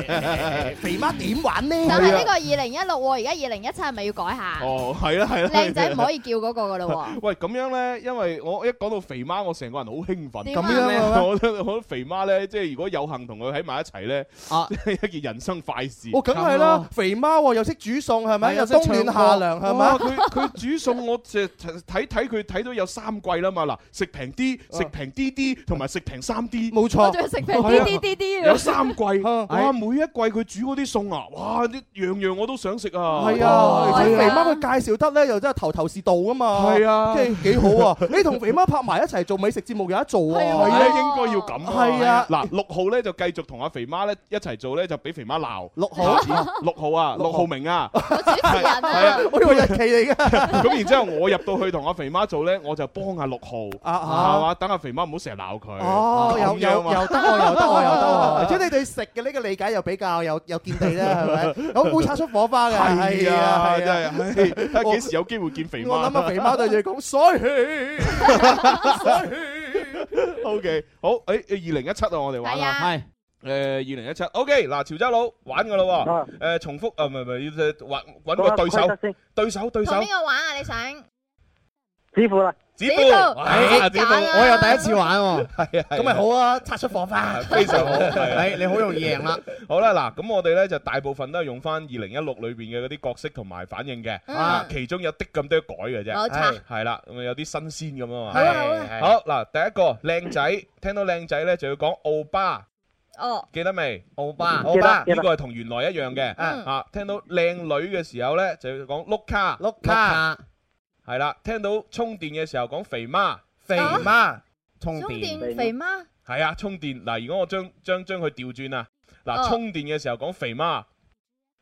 肥媽點玩呢
但係呢個二零一六喎，而家二零一七係咪要改下？
哦，係啦，係啦。
靚仔唔可以叫嗰個噶咯
喂，咁樣咧，因為我一講到肥媽，我成個人好興奮。
點啊咁樣嘅咩
我覺得我覺得肥媽咧，即係如果有幸同佢喺埋一齊咧，
啊
即係一件人生快事。
哦，梗係啦，肥媽喎又識煮餸係咪？又冬暖夏涼係咪
哇？哦佢佢煮餸，我就 睇睇佢睇到有三季啦嘛。嗱，食平啲，食平啲啲，同埋食平三啲。
冇錯我仲要食平啲啲啲 啲啊
有三季，哇！
係
每一季佢煮嗰啲餸啊，哇！啲樣樣我都想食啊。
係啊，而且肥
哇
媽佢介紹得咧，又真係頭頭是道啊嘛。
係啊
即係幾 好啊！你同肥媽拍埋一齊做美食節目有得做啊。
係啊，應該要咁啊。
係啊
嗱，六號咧就繼續同阿肥媽咧一齊做咧，就俾肥媽鬧。
六號
六號啊，六號明 啊。
係啊，我以為日 期嚟㗎。
咁然之後我入到去同阿肥媽做咧，我就幫阿六號，
啊
係嘛？等阿肥媽唔好成日鬧佢。
哦，有
咁
有
樣嘛
有得我有 得我有得我，即係你對食嘅呢個理解又比較有有見地 啦，係咪？我會擦出火花嘅，
係啊，
係啊。
真係，唉睇下幾時有機會見肥媽。
我 諗啊，肥媽對住你講所以
O K，好，誒，二零一七啊，我哋玩
係啊
啦，係。誒，二零一七，OK，嗱，潮州佬玩噶啦喎，誒，重複啊，唔係唔係，要誒揾揾個
好
對
啦規則
手，對手對
同
手
邊，個玩啊？你想？
子富啦，
子
子富
哎
子富 我
又第一次玩喎，
係啊，
咁咪好啊，擦出哎火花，
非常好，啊
係你好容易贏啦。
好啦，嗱，咁我哋咧就大部分都係用翻二零一六裏邊嘅嗰啲角色同埋反應嘅，
嗯
啊，其中有啲咁多改嘅啫，
冇錯
係，係啦，咁啊有啲新鮮咁啊嘛，
好啊好啊
係好嗱，第一個靚仔，聽到靚仔咧就要講奧巴。
哦，
記得未？奧
巴
奧巴
記得
呢個係同原來一樣嘅。
嗯
啊，聽到靚女嘅時候咧，就要講碌卡，碌
卡
係啦。聽到充電嘅時候講肥媽，肥
媽
充
中電肥媽，
係啊，充電嗱。如果我將將將佢調轉啊，
哦
嗱，充電嘅時候講肥媽。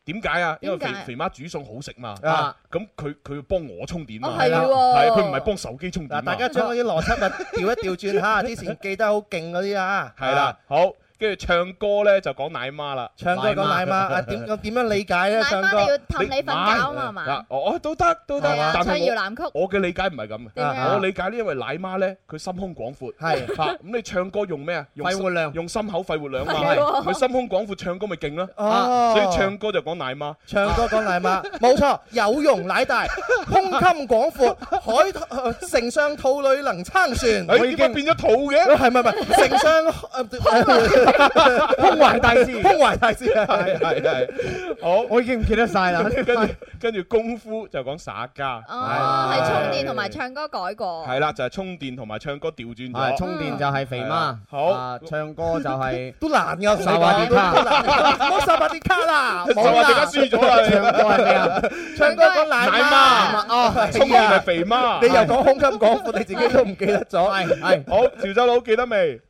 點解啊？因為肥
點解
肥媽煮餸好食嘛，
啊
咁佢佢要幫我充電
哦
Ờ,
嘛，
係喎
係啊佢唔係幫手機充電嘛。
嗱，大家將嗰啲 邏輯啊調一調轉嚇，之前記得好勁嗰啲啊，
係啦，好，跟住唱歌咧就講奶媽啦，
唱歌講奶媽啊，點咁點樣理解咧？唱歌
奶媽你要氹你瞓覺啊嘛係嘛
嗱，我都得都得
係啊，
但係
唱
我
搖籃曲。
我嘅理解唔係咁
點
嘅，
樣
我理解呢，因為奶媽咧，佢心胸廣闊，
啊係
嚇咁你唱歌用咩啊？用
肺活量
用心口肺活量嘛，
係喎
佢心胸廣闊，唱歌咪勁咯。
哦
啊所以唱歌就講奶媽，
唱歌講奶 媽，冇錯，有容乃大，胸襟廣闊，海呃丞相肚裏能撐船。
哎點解變咗肚嘅？
係咪咪丞相呃胸懷大志，胸懷大志啊！
係係係，好，我已經唔記得晒啦。跟住跟住功夫就講耍家，
Ờ,
Dạ.
哦，係充電同埋唱歌改過。
係啦，就係充電同埋唱歌調轉
Ờ,
咗。
係充電就係肥媽
係啦好
啊，唱歌就係
都難㗎，
薩瓦迪卡
都難唔好薩瓦迪卡 啦，
就話大家輸咗啦，唱歌係咩啊？
唱歌講奶
奶
媽，哦
媽，充電係肥媽。
你又講胸襟廣闊，你自己都唔記得咗。係係。
好，潮州佬記得未？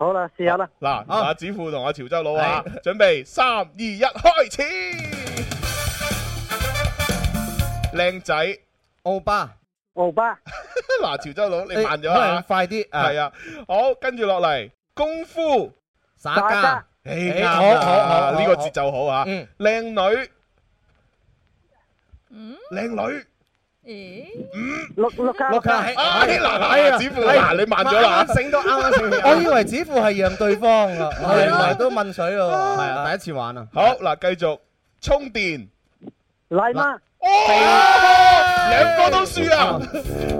好啦，試下啦。
嗱，阿子富同阿潮州佬啊，準備三二一，開始。靚仔，
奧巴，
奧巴，
嗱，潮州佬你
你
慢咗
可能
啊，
快啲啊
係啊，好，跟住落嚟功夫，
耍家
誒
誒
啱
好好
啊
好好
呢個節奏好啊，
嗯
靚女，
嗯，
靚女。
咦？
碌碌卡，
碌卡，
哎嗱嗱嗱子富嗱你慢咗啦
啱啱醒到啱啱醒到。我以為子富係讓對方啊，我原來都問水咯。係啊，
第一次玩啊。
好嗱，繼續充電，
奶媽，
兩個都輸啊！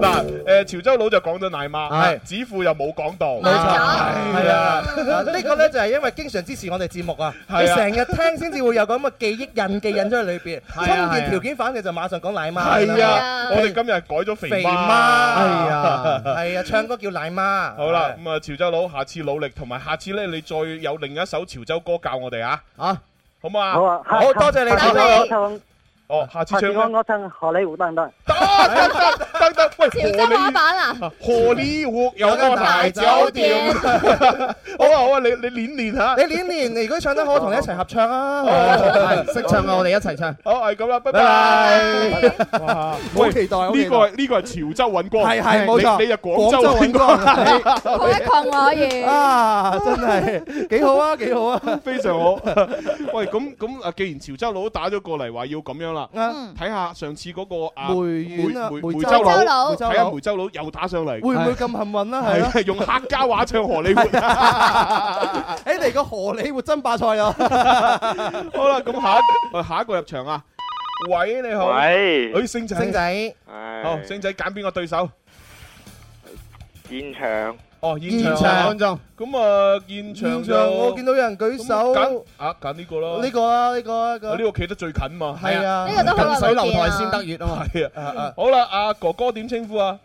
嗱，誒潮州佬就講咗奶媽，
係
子富又冇講到，
冇錯
係
係啊
啊，，
呢個咧就係因為經常支持我哋節目啊，
係啊
你成日聽先至會有咁嘅記憶印記印咗喺裏邊，充
係啊
電條件反嘅就馬上講奶媽，
係啊，我哋今日改咗肥媽，
肥媽，係啊，係啊，唱歌叫奶媽，
好啦，咁啊潮州佬，下次努力，同埋下次咧，你再有另一首潮州歌教我哋啊，
啊，
好唔好啊？
好啊
好多謝你潮州佬。
唱
哦，下次
下次
唱
我
啦。
我唱荷里活得唔得？
得得，喂，
潮州話版啊，
荷里活有個大酒店，好啊好啊，你你練練下，
你練練，如果唱得好，同你一齊合唱啊，
係
識唱啊，我哋一齊唱，
好係咁啦，拜
拜
拜。
好期待好期待
呢個係呢個係潮州揾光，
係係冇錯
你你就廣州
廣州
揾
揾光係
光。
抗一抗我願。
Dạ. 啊，真係幾好啊，幾好啊，
非常好。 喂，咁咁啊，既然潮州佬都打咗過嚟，話要咁樣啦，
Ừ.
嗯
睇下上次嗰個啊
梅縣啊
梅
梅
梅
州
州
佬
佬，
梅州佬
睇下梅州佬又打上嚟，
會唔會咁幸運啦？係咯
係用客家話唱荷里活？
誒嚟個荷里活爭霸賽 啊！
好啦，咁下一喂下一個入場啊，喂你好，
喂
誒星仔，
星
仔，
好星仔揀邊個對手？
現場
哦，現場
現場安裝，
咁啊現場
現場我見到有人舉
揀
手，
啊揀呢個咯，
呢個啊，呢個呢
啊
個
呢個企得最近嘛，
係啊，近水樓台先得月啊嘛，
係啊，好啦，阿哥哥點稱呼啊？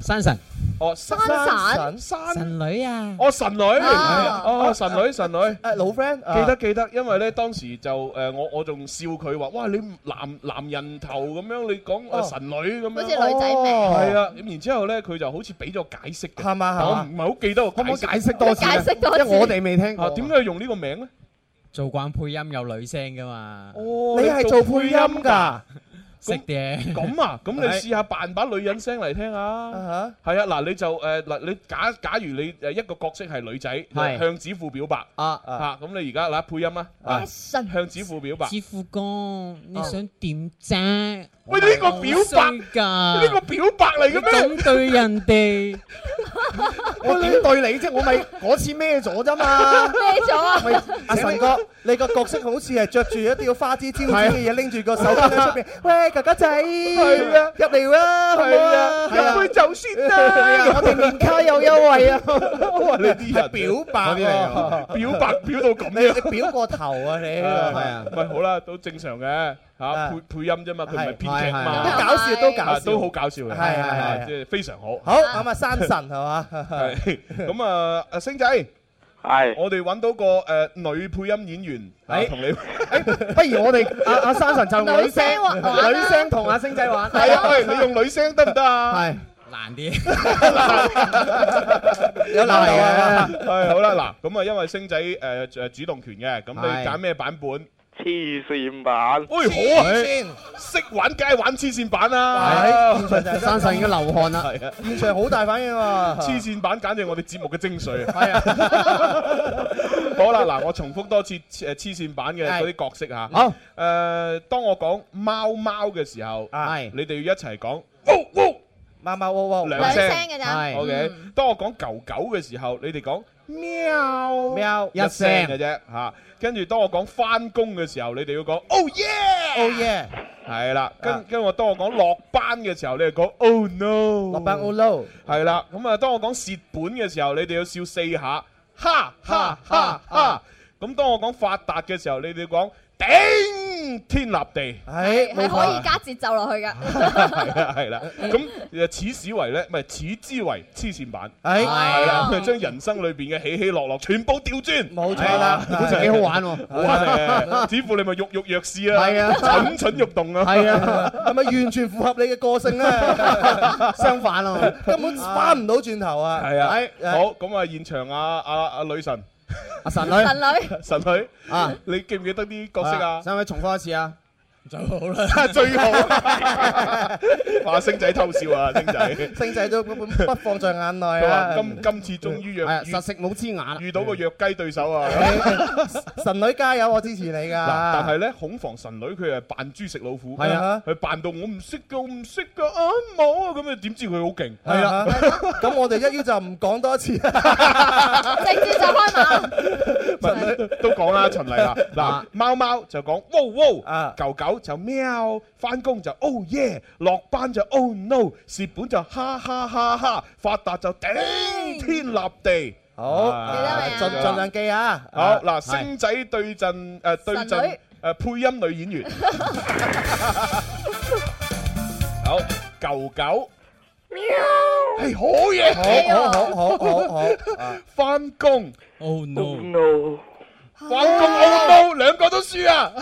山神，
哦，山
山神
山
神女啊，
哦，神女，
啊
哦，神女，神女，
誒老 friend，
記得記得，因為咧當時就誒我我仲笑佢話，哇你男男人頭咁樣，你講誒神女咁樣，
好似女仔名
係啊，咁然之後咧佢就好似俾咗解釋嘅，
係嘛
但
係
我
嘛
唔係好記得，可唔可以
解釋多次咧解釋多次因為我哋未聽過
啊點解要用呢個名咧？
做慣配音有女聲噶嘛，
哦
你係做配音㗎？
識嘅，
咁啊，咁你
係
試下扮把女人聲嚟聽下。
啊
係啊，嗱你就誒嗱你假假如你誒一個角色係女仔，
係
向子父表白
啊
啊，咁你而家嗱配音啊，啊向子父表白。
子富哥，你想點啫？
喂呢個表白
㗎，
呢個表白嚟嘅咩
你咁對人哋，
我點對你啫？ 我咪嗰次孭咗啫嘛，
孭咗啊
喂阿神哥，你個角色好似係着住一啲花枝招展嘅嘢，拎住個手巾喺出邊。喂，哥哥仔，
係啊
入嚟啦，好唔好啊
係啊入去
就先
啦我哋年卡有優惠 啊！
哇！你啲人
表白啊
表白表到咁樣，
你表過頭啊你係
Ờ,
啊，
喂好啦，都正常嘅嚇，配配音啫嘛，佢唔係編劇嘛，
À. 係係係都搞笑都搞笑
啊都好搞笑嘅，
係係係
啊即係非常好。
好咁啊，山神係嘛？
係咁啊，阿星仔，
係
我哋揾到個誒女配音演員，係同你
不如我哋阿阿山神就用女聲
女聲玩啊
女聲同阿星仔玩。
係啊，喂，你用女聲得唔得啊？
係
難啲，
有難度啊！
係好啦，嗱，咁啊，因為星仔誒誒主動權嘅，咁
係
你揀咩版本？
黐線版，
喂，好啊，識玩梗係玩黐線版啦，
係啊現場就係山神已經流汗啦
係啊，
現場好大反應喎。
黐線版簡直係我哋節目嘅精髓啊！係啊， 好啦，嗱，我重複多次誒黐線版嘅嗰啲角色嚇。
好
誒，當我講貓貓嘅時候，係你哋要一齊講
貓貓喔喔
兩聲
嘅咋
OK，當我講狗狗嘅時候，你哋講喵
喵
一聲嘅啫嚇。跟住當我講翻工嘅時候，你哋要講
Oh yeah！Oh yeah！啊
係啦，跟跟我當我講落班嘅時候，你哋講 Oh no！
落班 Oh no！
係啦，咁啊，當我講蝕本嘅時候，你哋要笑四下，哈哈哈哈！咁當我講發達嘅時候，你哋講頂天立地。
係
係可以加節奏落去㗎。
係啦係啦，咁誒此史為咧，唔係此之為黐線版，
係
係啦，將人生裏邊嘅起起落落全部調轉，
啊
啊
冇錯啦
係啊
好似幾好玩喎
好玩嘅，似乎你咪欲欲若試啦，
係啊
蠢蠢欲動啊，
係啊，係咪完全符合你嘅個性咧？相反啊，根本翻唔到轉頭啊！
係啊
係，
好咁啊，現場啊啊啊女神，
阿神女神
女，神女
啊，
你記唔記得啲角色啊？
使唔使重複一次啊？最好
啦 最好。話星仔偷笑啊，星仔。
星仔都不不放在眼內
佢
啊
話！今今次終於約
係啊實
食
冇黐眼，
遇到個弱雞對手啊！
神女加油，我支持你㗎！
嗱，但係咧，恐防神女佢係扮豬食老虎，
係啊
佢扮到我唔識噶，我唔識噶，啊冇啊，咁啊點知佢好勁？
係啊啦， 咁我哋一於就唔講多一次，直接就開馬。
唔係，都-都講啦，循例啦。嗱，貓貓就講wow wow，狗狗就喵，返工就oh yeah，落班就oh no，蝕本就哈哈哈哈，發達就頂天立地。啊，
盡盡量記啊！
好，嗱，星仔對陣-誒，對陣，
神女。
à, 誒，配音女演員。好，狗狗。係，好嘢。翻工
，Oh no
no，
翻工 O oh no，兩個都輸啊！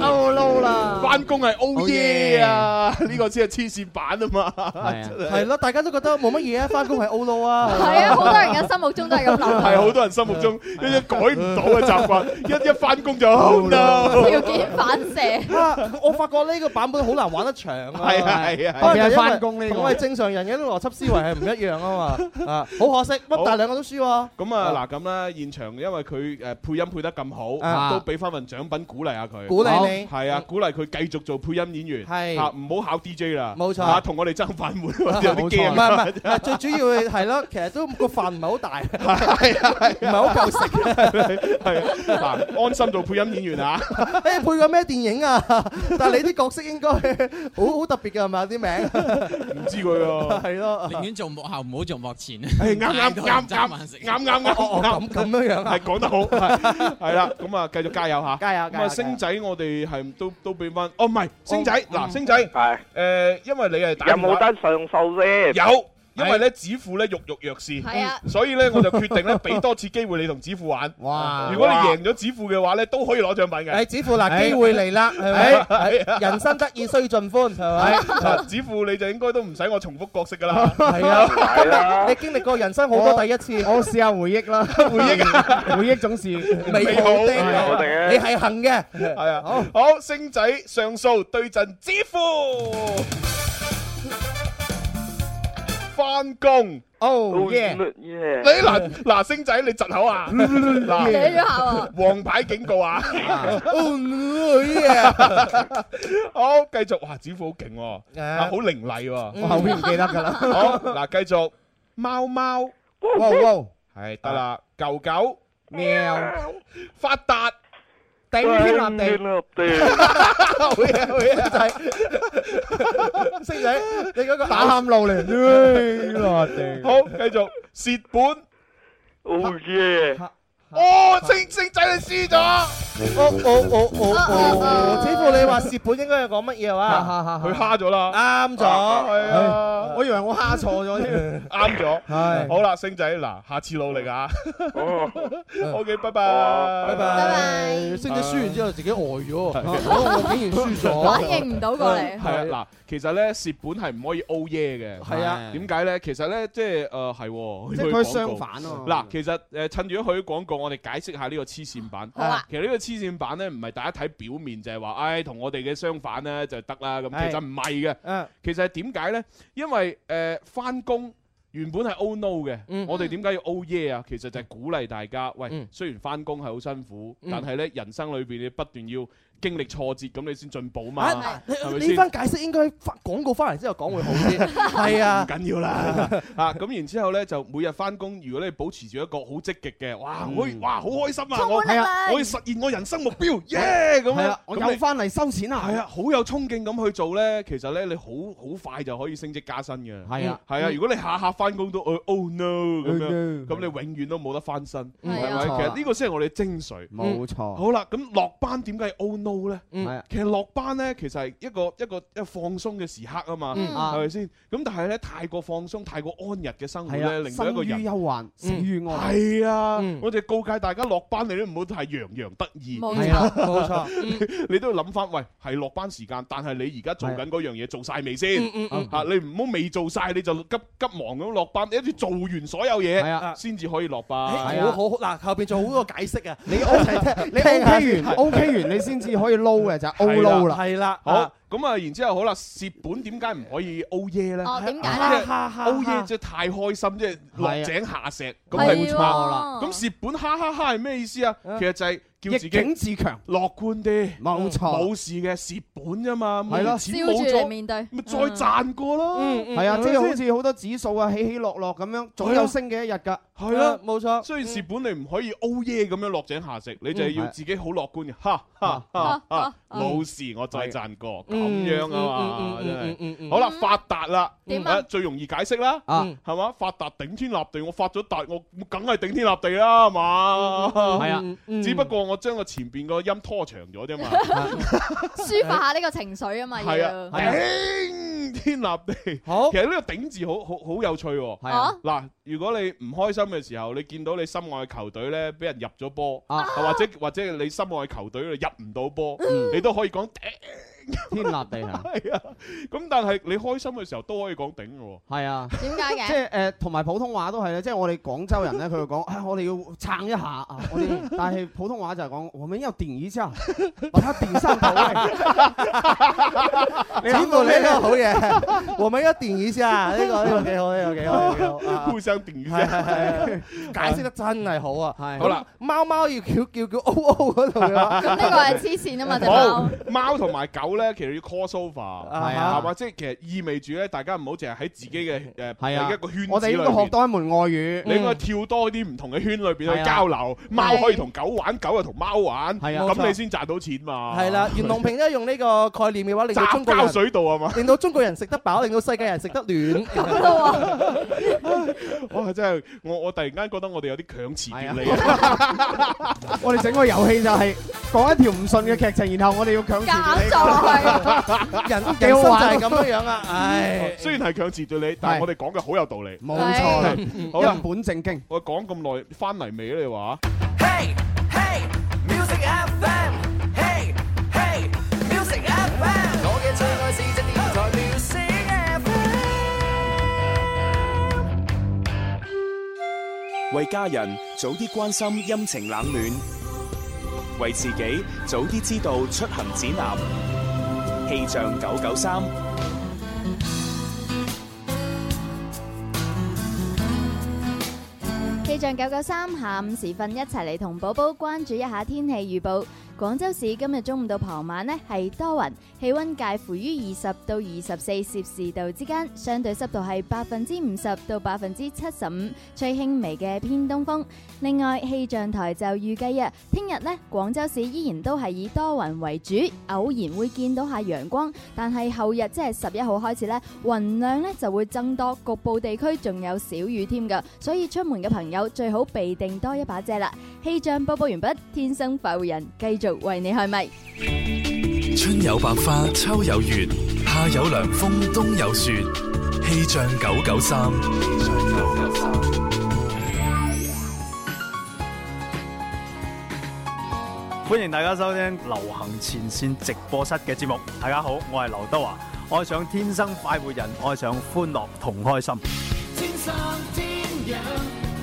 ，O no 啦，
翻工係 O
Oh yeah
yeah 啊，呢個先係黐線版啊 嘛，真
係咯，大家都覺得冇乜嘢啊，翻工係 O no 啊，
係啊，好多人嘅心目中都係咁諗。
係好多人心目中一啲改唔到嘅習 慣，一一翻工就 Oh no，
條件反射。
啊我發覺呢個版本好難玩得長啊！
係啊係啊
可
特
能就因為
別係返工呢個
同我哋正常人嘅邏輯思維係唔一樣啊嘛！啊，好可惜，乜但係兩個都輸喎。
咁啊嗱咁啦，現場因為佢誒配音配得咁
啊
好，都俾翻份獎品鼓勵下佢，
鼓勵你
係啊，鼓勵佢繼續做配音演員，
係
啊唔好考 DJ 啦，
冇錯
啊同我哋爭飯碗， 有啲
唔係
驚
唔係唔係，最主要係係咯，其實都個飯唔係好大，唔係好夠食。
係啊，嗱安心做配音演員啊！
誒配過咩電影啊？但係你啲角色應該好好特別嘅係咪？啲名
唔知佢喎，
係咯，
寧願做幕後，唔好做幕前。
誒啱
太
啱
多人
啱
爭
啱
飯食
啱啱啱
哦咁咁樣樣啊
係講得好，係係啦，咁啊繼續加油嚇，
加油
咁
加
啊
油
星仔我哋係都都俾翻，哦唔係星仔嗱
嗯
星仔，係誒因為你係打
有冇
電話
得上訴咧？
有。因為咧子富咧肉肉弱視，
係啊
所以咧我就決定咧俾多次機會你同子富 玩。
哇
如果你贏咗子富嘅話咧，都可以攞獎品嘅。
誒子富嗱機會嚟啦，係咪？人生得意須盡歡，係咪？
嗱，子富你就應該都唔使我重複角 色噶啦。
係啊，今日你經歷過人生好多第一次，
我試下回 憶啦，
回憶
啊，回憶總是
美好的你係行嘅，
係啊，好，好星仔上訴對陣子 富，翻工。
哦
耶！你嗱嗱星仔，你窒口 啊！嗱，
寫咗下喎
黃牌警告啊！
哦耶！
好，繼續，哇！子富好勁喎，
啊
啊，好凌厲喎，
我後面唔記得㗎啦
好，嗱，繼續，貓貓，
哇哇，
係得啦，狗狗，
喵，
發達，
頂天立地。
好嘢，好嘢，
就係星仔，你嗰個
打喊路嚟，
好，繼續，蝕本，
好嘢！
哦，星星仔你輸咗。
我我我我我，子富你話蝕本應該係講乜嘢話？
佢蝦咗
啦，啱咗，係
啊，
我以為我蝦錯咗添。
啱咗，
係
好啦，星仔，嗱，下次努力啊 ，OK，拜拜，拜
拜，星仔輸完之後自己呆咗，我我竟然輸咗，
反應唔到過嚟
係啊，嗱，其實咧蝕本係唔可以 O 耶嘅。
係啊
點解咧？其實咧，即係誒係喎，去
即係佢
廣告
相反喎
嗱，其實誒趁住佢廣告，我哋解釋下呢個黐線版。
好啊
其實呢個黐線版咧，唔係大家睇表面就係話，唉，同我哋嘅相反咧就得啦咁。
係
其實唔係嘅
嗯。
其實係點解咧？因為誒翻工。原本係 O no 嘅，
嗯
我哋點解要 O yeah 啊？其實就係鼓勵大家，喂，雖然翻工係好辛苦，
嗯
但係咧人生裏邊你不斷要經歷挫折，咁你先進步嘛，
啊！
係咪
你
先
呢？番解釋應該發廣告翻嚟之後講會好啲，係啊
唔，緊要啦， 啊咁然之後咧就每日翻工，如果你保持住一個好積極嘅，哇，
嗯
我可以哇好開心啊，我
滿力量
我可以實現我人生目標，耶咁
嗯係
樣
啦，，我又翻嚟收錢啦。
係啊，好有衝勁咁去做咧，其實咧你好好快就可以升職加薪嘅，
係啊
係啊，
嗯
如果你下下翻工都呃 oh no 咁
Oh
樣，
no
咁你永遠都冇得翻身，係
嗯
咪？
冇錯
其實呢個先係我哋精髓，
冇錯
嗯好啦，咁落班點解係 oh no 咧？
嗯係啊
其實落班咧，其實係一個一個一個放鬆嘅時刻啊嘛，
嗯
係咪先？咁但係咧，太過放鬆、太過安逸嘅生活
係啊
咧，令到一個
生於
人
憂患死於安樂
係啊
嗯，
我哋告誡大家落班你都唔好太洋洋得意，
冇錯係啊冇錯
錯，你都要諗翻，喂，係落班時間，但係你而家做緊嗰樣嘢做晒未先
嗯嗯？嗯
嚇，你唔好未做晒你就急急忙咁落班，你一定要做完所有
係
嘢
啊
先至可以落班。
好好好嗱，後邊仲有好多解釋啊，
啊 你 O 你 OK 完 OK 完，你先至可以撈嘅就係 O 撈啦。
係啦，
好，咁啊，然之後好啦，蝕本點解唔可以 O 耶咧？
哦點解呢哈哈
E
o 耶即係太開心，即係落井下石，咁
係
哦
啊
係冇錯啦。咁蝕本哈哈哈係咩意思啊？
嗯
其實就係叫自己
哦逆境自強，
樂觀啲，
冇錯
冇事嘅，蝕本啫嘛，
係咯
錢
笑
冇
住嚟
咗，
面對，
咪再賺過咯，
係啊，即係好似好多指數啊，起起落落咁樣，總有升嘅一日㗎。
係咯，
冇錯。
雖然蝕本你唔可以 O 耶咁樣落井下石，你就係
嗯
要
係嗯
自己好樂觀嘅，哈哈
啊
哈哈，冇事我再賺過咁樣啊嘛，
嗯嗯嗯嗯嗯嗯
真
嗯
係。好啦，發達啦，
點啊
啊最容易解釋啦，
啊
係嘛？發達頂天立地，我發咗達，我我梗係頂天立地啦，係嘛？
係啊
只不過我將個前邊個音拖長咗啫嘛，
抒發下呢個情緒啊嘛，
係啊，
要
頂天立地。
好，
其實呢個頂字好好好有趣喎。
哦
係啊
嗱，如果你唔開心嘅時候，你見到你心愛嘅球隊咧俾人入咗波，
啊
或者或者你心愛嘅球隊入唔到波
嗯，
你都可以講頂。
天立地啊，
係啊，咁但係你開心嘅時候都可以講頂嘅喎。
係啊。
點解
即
嘅？
係
呃
誒，同埋普通話都係咧，即係我哋廣州人咧，佢會 講啊，我哋要撐一下啊，我哋，但係普通話就係講我們要頂一下，把它頂上頭 嚟。
子父呢個好 嘢，我們要頂一下，呢個呢 個幾好，呢個幾好，呢個 幾好啊
互相頂一
係
下。
係 係係解釋得真係好啊！
係
好啦，
貓貓要叫叫叫 O O 嗰度嘅 話，
咁呢個係黐線啊嘛，隻
好
貓。，
貓同埋狗咧，其實要 cross over，
係
係
啊
嘛？即係其實意味住咧，大家唔好淨係喺自己嘅誒
係啊
一個圈子
我哋
裏
應該學
邊。
多一門外語。
你應該跳多啲唔同嘅圈裏邊
係
去
啊
交流，貓可以同狗玩，狗又同貓玩，
係啊
咁
冇錯
你先賺到錢嘛。
係啦，袁隆平咧用呢個概念嘅話，令到
雜
中國
交
人
水道啊嘛，
令到中國人食得飽，令到世界人食得暖。
哇！真係我我突然間覺得我哋有啲強詞奪 理，啊
啊我哋整個遊戲就係講一條唔順嘅劇情，然後我哋要強
夾
調
硬撞落去，
人
幾
人
好
生就
玩
係咁樣樣啊！唉，
雖然係強詞奪理，但係我哋講嘅好有道理。
冇錯啦，
好啦
一本正經。
我講咁耐，翻嚟未啊？你話
Hey Hey Music FM Hey Hey Music FM，我嘅最愛是只電台 Music FM。
為家人早啲關心陰晴冷暖，為自己早啲知道出行指南。氣象九九三，
氣象九九三下午時分，一齊嚟同寶寶關注一下天氣預報。廣州市今日中午到傍晚呢係多雲，氣温介乎於二十到二十四攝氏度之間，相對濕度係百分之五十到百分之七十五，吹輕微嘅偏東風。另外，氣象台就預計啊，聽日呢廣州市依然都係以多雲為主，偶然會見到下陽光，但係後日即係十一號開始呢，雲量呢就會增多，局部地區仲有小雨添㗎，所以出門嘅朋友最好備定多一把遮啦。氣象播報完畢，天生快活人繼續為你開咪。
春有百花，秋有月，夏有涼風，冬有雪。氣象九九三，
欢迎大家收聽流行前線直播室嘅節目。大家好，我係劉德華，愛上天生快活人，愛上歡樂同開心。
天生天養，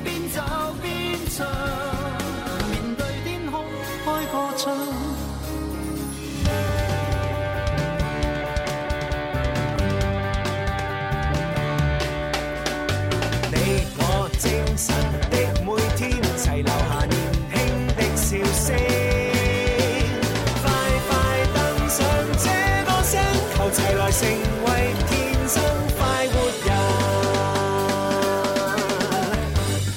邊走邊唱，面對天空開個窗。
你我精神的每天，齊留下年輕的笑聲。快快登上這個星球，齊來成為天生快活人。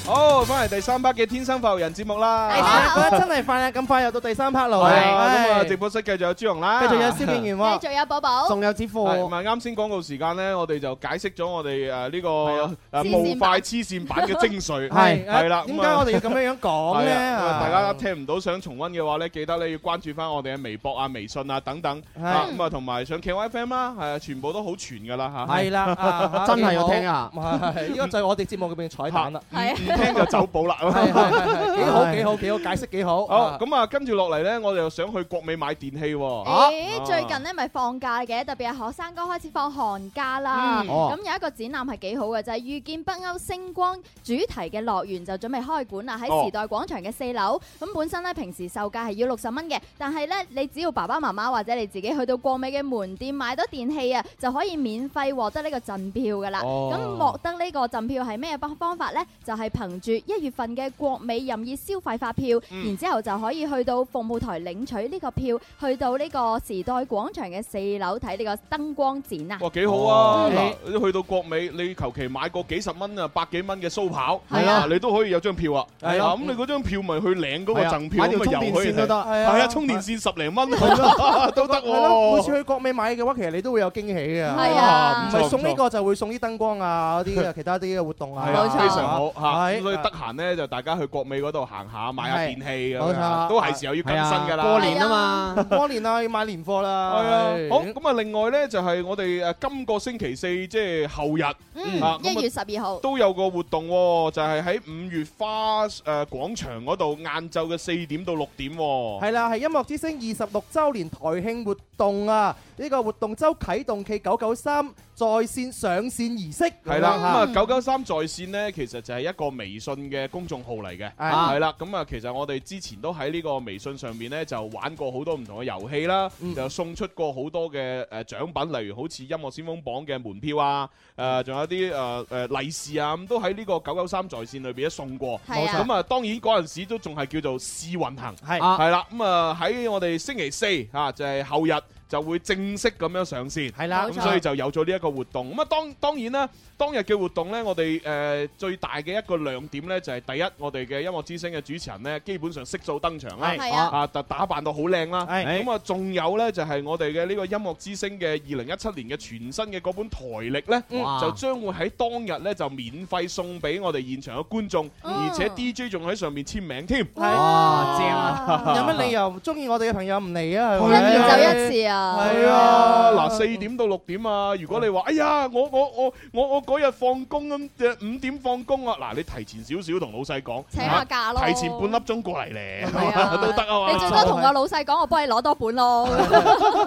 好，翻嚟第三 part 嘅《天生發育人》節目啦。
覺得真係快啊！咁快又到第三 part 啦
係
喎，
啊，咁啊，
唉
直播室繼續有朱紅啦，
繼續有蕭敬元喎，
繼續有寶寶，
仲有支付，
係唔係啱先廣告時間咧？我哋就解釋咗我哋誒呢個誒
黐線
無快黐線版嘅精髓，
哦係
係啦。
點
咁
解
啊
我哋要咁樣樣講
係
咧？
啊咁啊
啊
大家聽唔到想重温嘅話咧，記得咧要關注翻我哋嘅微博啊、微信啊等等
係
啊，咁啊同埋上 KYFM 啦，係啊，全部都好全噶啦嚇。
係 啦，啊
真係要聽啊
係呢個就係我哋節目入邊嘅彩蛋啦。
係啊
唔聽就走寶啦。
係係係，幾好幾好幾好，解釋幾好。
好，咁啊跟住落嚟咧，我哋又想去國美買電器
哎
喎。
诶，最近咧咪放假嘅，特別係學生哥開始放寒假啦。
嗯哦
咁有一個展覽係幾好嘅，就係遇見北歐星光主題嘅樂園就準備開館啦，喺
哦
時代廣場嘅四樓。咁本身咧平時售價係要六十蚊嘅，但係咧你只要爸爸媽媽或者你自己去到國美嘅門店買到電器啊，就可以免費獲得呢個贈票噶啦。
哦
咁獲得呢個贈票係咩方法咧？就係憑住一月份嘅國美任意消費發票，
嗯
然之後就可以去到服務台領取呢個票，去到呢個時代廣場嘅四樓睇呢個燈光展啊！
哇，幾好
哦
啊！
嗯
嗱，你去到國美，你求其買個幾十蚊啊、百幾蚊嘅蘇跑，
係啊
嗱你都可以有張票啊。
係啊
嗱咁你嗰張票咪去領嗰個
係啊
贈票
買條
咁啊，
充
又
電
可以
線都得
睇
係啊
係啊，充電線十零蚊 都得
係咯每
喎。
次去國美買嘅話，其實你都會有驚喜嘅。
係啊
唔
唔錯
係送呢個就會送啲燈光啊，嗰啲啊，其他啲嘅活動啊，
係啊非常好嚇，
係
咁所 以得閒咧就大家去國美嗰度行下，買下
係
電器
冇
咁樣，
錯
都係時候要更新㗎啦。
過年啊嘛，過年啊要買年貨啦。
係啊，好咁啊！另外咧就係我哋誒今個星期四即係後日
嗯
啊，，咁啊
一月十二號。
都有個活動喎，就係喺五月花誒廣場嗰度，晏晝嘅四點到六點喎。
係啦，係音樂之星二十六週年台慶活動啊！呢個活動周啟動暨九九三在線上線儀式
係啦，咁啊
嚇
九九三在線呢，其實就係一個微信嘅公眾號嚟嘅，
啊
係啦。咁啊，其實我哋之前都喺呢個微信上面呢，就玩過好多唔同嘅遊戲啦，
嗯
就送出過好多嘅誒獎品，例如好似音樂先鋒榜嘅門票啊，
嗯
誒仲有啲誒誒利是啊，咁都喺呢個九九三在線裏邊咧送過。
係啊
咁啊，當然嗰陣時都仲係叫做試運行，
係啊
係啦。咁啊喺我哋星期四啊，就係後日。就會正式咁樣上線，係
啦冇
咁
錯
所以就有咗呢一個活動。咁啊，當當然啦，當日嘅活動呢，我哋誒、呃最大嘅一個亮點呢，就係、第一，我哋嘅音樂之星嘅主持人呢，基本上悉數登場啦，
係係啊
打打扮到好靚啦。
係
咁啊，仲有呢，就係、我哋嘅呢個音樂之星嘅二零一七年嘅全新嘅嗰本台歷呢，
哇
就將會喺當日呢，就免費送俾我哋現場嘅觀眾，而且 DJ 仲喺上面簽名添。
哇
正
啊！有乜理由中意我哋嘅朋友唔嚟啊？係
一年
咪
就
一次啊
係
係啊，
啊，
嗱四點到六點啊，如果你話哎呀，我我我我我嗰日放工咁，呃誒五點放工啊，嗱你提前少少同老細講，
請下假咯
啊提前半粒鐘過嚟咧，都得啊嘛，
你最多同個老細講，我幫你攞多本咯。
啊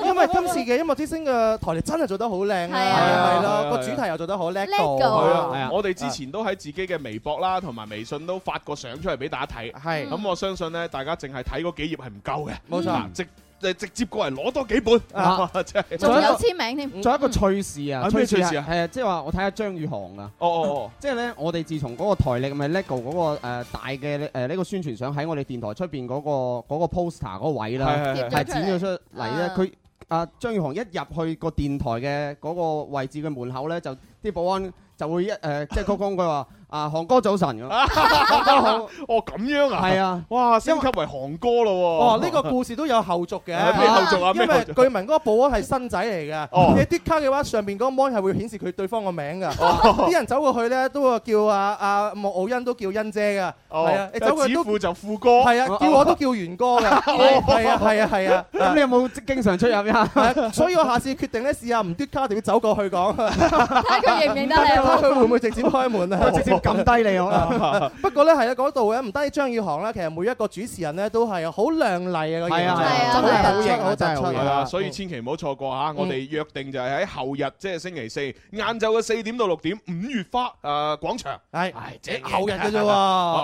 因為今次嘅音樂之星嘅台歷真係做得好靚啊，
係啊
係
係啊
咯，個主題又做得好叻
叻
到，
到
係啊，我哋之前都喺自己嘅微博啦，同埋微信都發過相出嚟俾大家睇。
嗯
係
咁，我相信咧，大家淨係睇嗰幾頁係唔夠嘅。
冇錯
嗱直誒直接過嚟攞多幾本，
嗯啊
哇 真係
仲有簽名添。
仲有一個趣事啊！
啊咩趣事啊
係即係話我睇下張宇航啊。
哦哦哦，
即係咧，我哋自從嗰個台歷咪 LEGO 嗰個誒大嘅呃誒呢個宣傳相喺我哋電台出邊嗰個嗰個 poster 嗰個位啦，
係係係
係剪咗出嚟咧
啊。
佢啊張宇航一入去個電台嘅嗰個位置嘅門口咧，就啲保安就會一誒即係鞠躬，佢話啊航哥早 晨咁。
哦咁樣啊，
係啊，
哇升級為韓歌咯
哦
喎。，
呢個故事都有後續嘅，
係 咩後續啊
因為
咩後續
據聞嗰個保安係新仔嚟嘅，
哦
你啲卡嘅話上邊嗰個 mon 係會顯示佢對方個名㗎，
哦
啲人走過去咧都會叫啊啊莫奧恩都叫欣姐㗎，
哦
係啊，你走過去
子
都
父就副歌，
係啊，叫我都叫元哥㗎，
哦
係啊係啊係啊，
咁你
有冇經常出入呀？ 所以我下次決定咧試下唔嘟卡，一定要走過去講，
下
睇
佢認唔認得你
佢會唔 會直接開門啊？
直接
撳低你好
啦。
不過咧係啊，嗰度咧唔單止張宇航啦，其實每一個主持人咧都係好亮麗啊個形象，
真係
好型好突出
係啦，所以千祈唔好錯過嚇。我哋約定就係喺後日，即係星期四晏晝嘅四點到六點，五月花誒廣場。
係
係
後日嘅 啫喎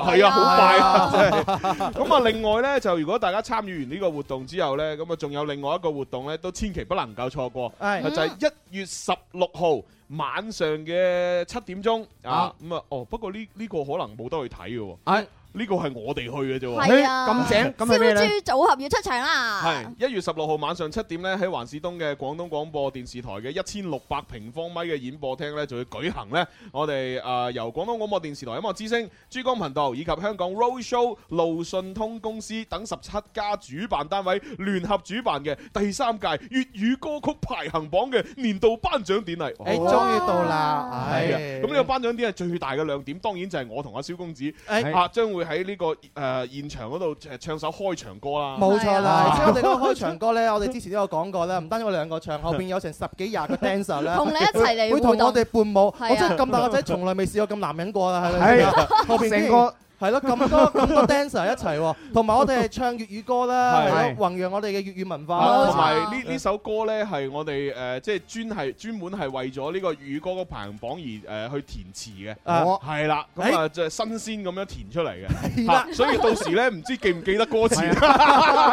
係啊，好快
係
啊
啊！
真係咁啊，另外咧就如果大家參與完呢個活動之後咧，咁啊仲有另外一個活動咧，都千祈不能夠錯過，
係
就係一月十六號。晚上嘅七點鐘啊，咁啊，哦，不過呢呢個可能冇得去睇嘅
喎，
呢個係我哋去嘅啫喎，
係啊，
呢
燒豬組合要出場啦！
係一月十六號晚上七點咧，喺環市東嘅廣東廣播電視台嘅一千六百平方米嘅演播廳咧，就會舉行咧我哋誒、呃由廣東廣播電視台音樂之聲、珠江頻道以及香港 Roadshow 路信通公司等十七家主辦單位聯合主辦嘅第三屆粵語歌曲排行榜嘅年度頒獎典禮。
誒終於到啦，
係啊，咁呢個頒獎典係最大嘅亮點，當然就係我同阿蕭公子
係
啊，將會喺呢個誒呃現場嗰度誒唱首開場歌啦。
冇錯啦，即係我哋嗰個開場歌咧，我哋之前都有講過啦，唔單止我兩個唱，後邊有成十幾廿個 dancer 咧，
同你一齊嚟
會
互動
同我哋伴舞。
係啊
我真係咁大個仔，從來未試過咁男人過啦，
係
係咪？後
成
邊竟然
個
係咯，咁多咁多 dancer 一齊喎，同埋我哋係唱粵語歌啦，
係
係咯弘揚我哋嘅粵語文化啦，
啊同埋呢呢首歌呢，係我哋誒即係專係專門係為咗呢個粵語歌嘅排行榜而呃誒去填詞
啊
嘅，係啦，咁啊就係新鮮咁樣填出嚟嘅，嚇所以到時呢，唔知記唔記得歌詞，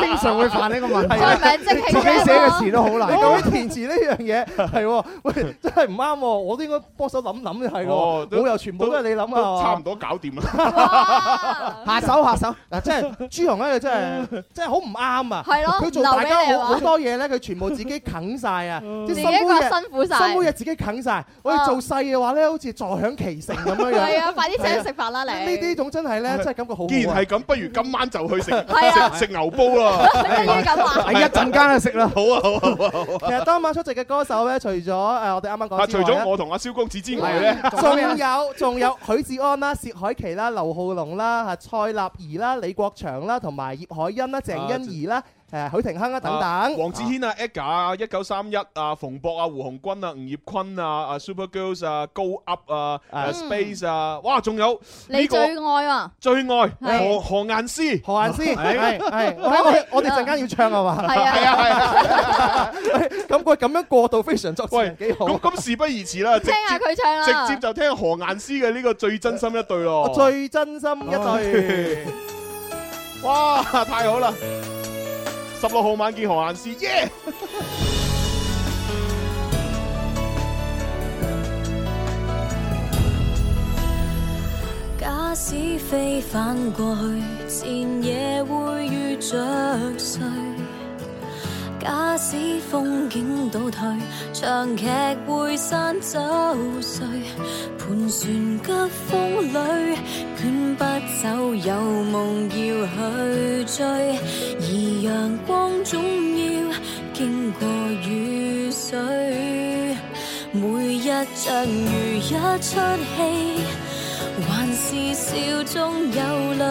經常會犯呢個問題
係啊
再唔係即係自己寫嘅詞都好難
你講起填詞呢樣嘢係喎，喂，真係唔啱喎，我都應該幫手諗諗係
哦
喎，
都
冇由全部都係你諗
都
啊，
差唔多搞掂啦。
下手下手嗱，真係朱紅咧，佢 真係真係好唔啱啊！
係咯
佢做大
留俾
家
你
好
啊
好多嘢咧，佢全部自己啃晒啊！即係
自己
辛苦
一個
嘢
人辛苦晒
辛苦嘢啊自己啃晒。我哋
啊
做細嘅話咧，好似坐享其成咁樣樣。
係啊快啲請佢食飯啦
係啊
你
呢呢種真係咧，真係感覺好好啊。
既然係咁，不如今晚就去食
係啊
食食牛煲啦。
真係咁啊
係
間就食啦。
好啊，好啊好啊，好
其
啊。
實當晚出席嘅歌手咧，除咗誒呃我哋啱啱講
啊，
之
除
外
咗
呢啊
我同阿蕭公子之外咧，
仲
啊
有仲有許志安啦、薛凱琪啦、劉浩龍啦、嚇蔡立儀啦、李國祥啦，同埋葉海欣啦、鄭欣宜啦、誒許廷鏗啦等
啊
等。
黃子軒啊、Edgar 啊、一九三一啊、馮博啊、胡鴻鈞啊、吳業坤啊、啊 Super Girls 啊、Go Up 啊、啊 Space 啊，哇，仲有
你
呢個
最愛啊！
最愛
係
何何雁詩，
何雁
啊
詩
哎
係係，我
講
我
起
我哋陣間要唱係嘛？
係啊係啊
係
咁佢咁樣過渡非常作詞幾好。 啊
咁咁事不宜遲啦，直
聽下佢唱啦
直接就聽何雁詩嘅呢個最真心一對咯，
最真心一對。
哦哇，太好啦！十六號晚見何雁詩，耶！
假使飛返過去，漸夜會遇着誰？假使風景倒退，長劇會散走碎，盤旋急風裏，捲不走有夢要去追，而陽光總要經過雨水，每一像如一出戲。還是笑中有淚，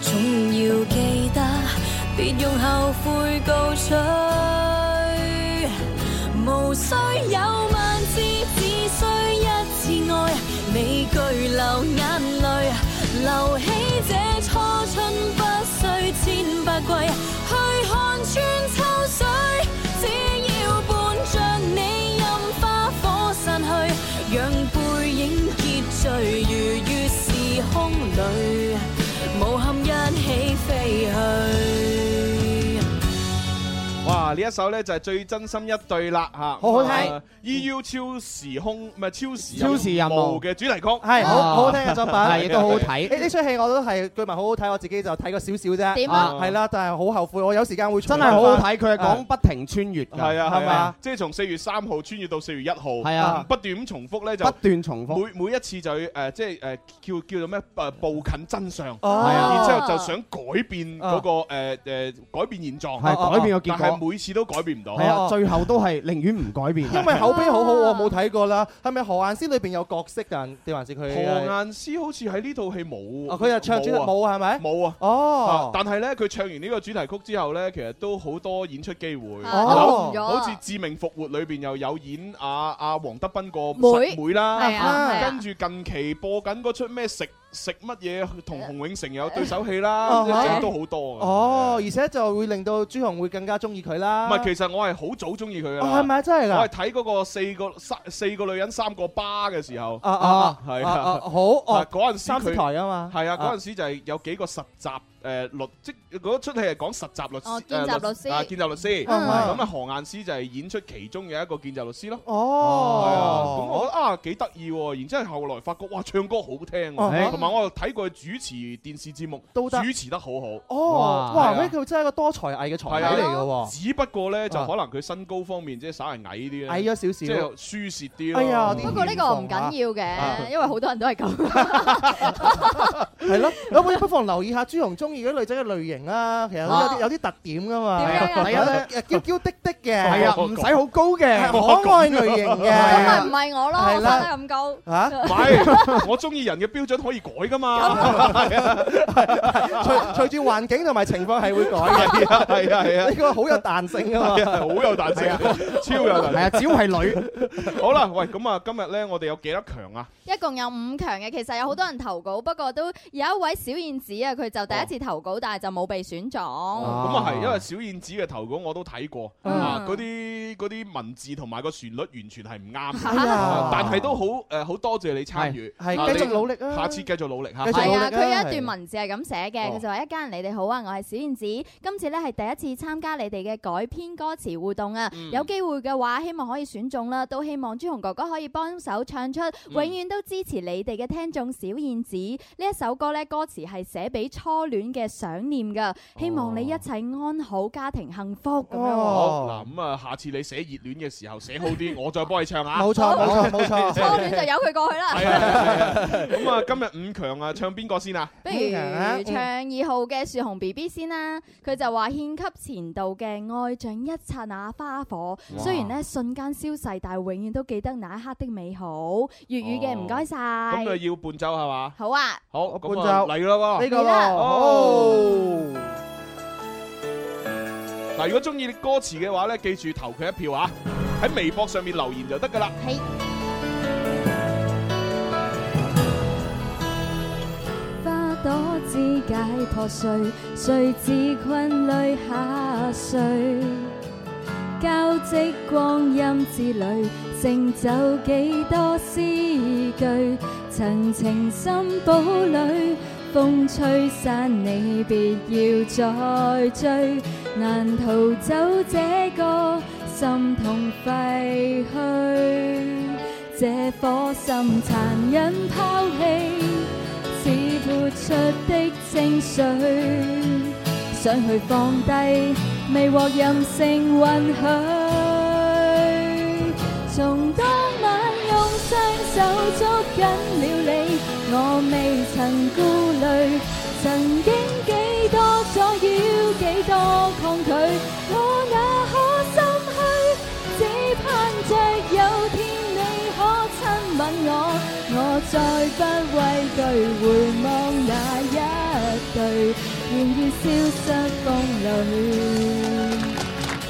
總要記得，別用後悔告吹。無需有萬次，只需一次愛，美句流眼淚，留起這初春，不需千百季，去看穿秋水，只要伴着你任花火散去。讓背影結聚如月時空裏，無憾一起飛去。
哇！呢一首咧就係最真心一對啦嚇，好
好聽
E.U. 超時空唔係超時
超時任務
嘅主題曲，
係好好好聽嘅作品，
係亦都好好睇
呢呢出戲我都係據聞好好睇，我自己就睇過少少啫。
點啊
係啦，但係好後悔，我有時間會
真係好好睇，
啊
佢係講不停穿越㗎，
係啊係
係
啊，？即係從四月三號穿越到四月一號，
係啊
不斷咁重複咧就
不斷重複，
每每一次就誒即係誒叫叫做咩誒步近真相，
哦係啊
然之後就想改變
啊
嗰個誒誒改變現狀，啊
係改變個結果
但係每次都改變唔到，
係啊，最後都係寧願唔改變。
哦因為口碑好好，我冇睇過啦。係咪何雁詩裏邊有角色定定還是佢？
何雁詩好似喺呢套戲冇，
啊哦佢就唱主題
冇
舞
啊
係咪？
冇啊。啊
哦，
但係呢，佢唱完呢個主題曲之後呢，其實都好多演出機會。
哦
有
紅咗
好
啊
似《致命復活》裏邊又有演阿阿黃德斌個
妹
妹妹啦。
係啊係啊
跟住近期播緊嗰出咩食食乜嘢同洪永城有對手戲啦，
哦
即係
係
都好多啊。
哦，而且就會令到朱紅會更加中意佢啦。
唔係，其實我係好早中意佢噶
哦
啦。
係咪真係㗎
我係睇嗰個四個三四個女人三個巴嘅時候。
啊啊啊
係
啊啊
啊，
好哦
嗰陣時
三色
佢
台啊嘛
係啊，
啊
嗰陣時就係有幾個實習誒律，即嗰出戲係講實習律師
哦見習
誒
律師
啊，見習律師。
嗯
咁啊，何雁詩就係演出其中嘅一個見習律師咯。係啊，咁
哦，
我覺得啊幾得意喎，然之後後來發覺哇唱歌好聽
哦
嗯
喎，同埋我又睇過佢主持電視節目，
都得
主持得好好。
哦，
係
哇！
啊
呢佢真係一個多才藝嘅才
係啊
藝嚟嘅喎。
只不過咧，就
哦啊
可能佢身高方面即係稍為矮啲咧，
矮咗少少
即係輸蝕啲咯。嗯
哎呀
不過呢個唔緊要嘅，因為好多人都係咁。
係咯，咁我不妨留意下朱紅中中意嗰啲女仔嘅類型啊，其實都有啲
啊
有啲特點噶嘛。
點樣啊
第一咧，嬌嬌滴滴嘅，
係啊唔使好高嘅
係可愛類型嘅。
咁咪唔係 我咯，
係
我生
啦
得咁高。
嚇
唔係，我中意人嘅標準可以改噶嘛。
隨隨住環境同埋情況係會改 嘅，
係啊係啊係啊
呢個好有彈性啊嘛，
係啊好有彈性
係啊
超有彈
係
性
啊只要係
女。好啦，喂，咁啊，今日咧，我哋有幾多強啊？
一共有五強嘅，其實有好多人投稿，不過都有一位小燕子啊，佢就第一次投稿，但係就冇被選中。
咁啊係，因為小燕子嘅投稿我都睇過，
哦嗯
啊嗰啲嗰啲文字同埋個旋律完全係唔啱
啊
嘅
哎呀，
但係都好誒好多謝你參與，
係係
啊
繼續
你
努力啊
下次繼續努力嚇，
係啊，佢有一段文字係咁寫嘅，
哦
佢就話：一家人你哋好啊，我係小燕子，今次咧係第一次參加你哋嘅改編歌詞互動啊，有機會嘅話，希望可以選中啦，都希望朱紅哥哥可以幫手唱出，永遠都支持你哋嘅聽眾小燕子呢一首歌咧，歌詞係寫俾初戀嘅想念噶，希望你一切安好，家庭幸福咁樣喎。
好嗱咁啊，下次你寫熱戀嘅時候寫好啲，我再幫你唱啊。
冇錯冇錯冇錯
初 戀就由佢過去
係
啦。
啊，係啊咁啊，今日五強啊，唱邊個先啊？
不如唱二號嘅樹紅 B B 先啦，佢就話獻給前度嘅愛像一剎那花火，
哇
雖然咧瞬間消逝，但係永遠都記得那一刻的美好。粵語嘅唔該晒，
咁啊，要伴奏係嘛？
好啊，
好，咁
伴
啊
奏
嚟啦喎，
呢個咯，哦
哦
好。
嗱，如果中意歌詞嘅話咧，記住投佢一票啊！喺微博上面留言就得噶啦。
係。
花朵只解破碎，誰自困裏下垂？交織光陰之旅，成就幾多詩句？曾情深堡壘，風吹散你，別要再追，難逃走這個心痛廢墟，這顆心殘忍拋棄。似豁出的精髓，想去放低，未獲任性允許。從當晚用雙手捉緊了你，我未曾顧慮。曾經幾多阻擾，幾多抗拒，我那可心虛，只盼着有天你可親吻我，我再不畏懼。回望那一對，願意消失風裏。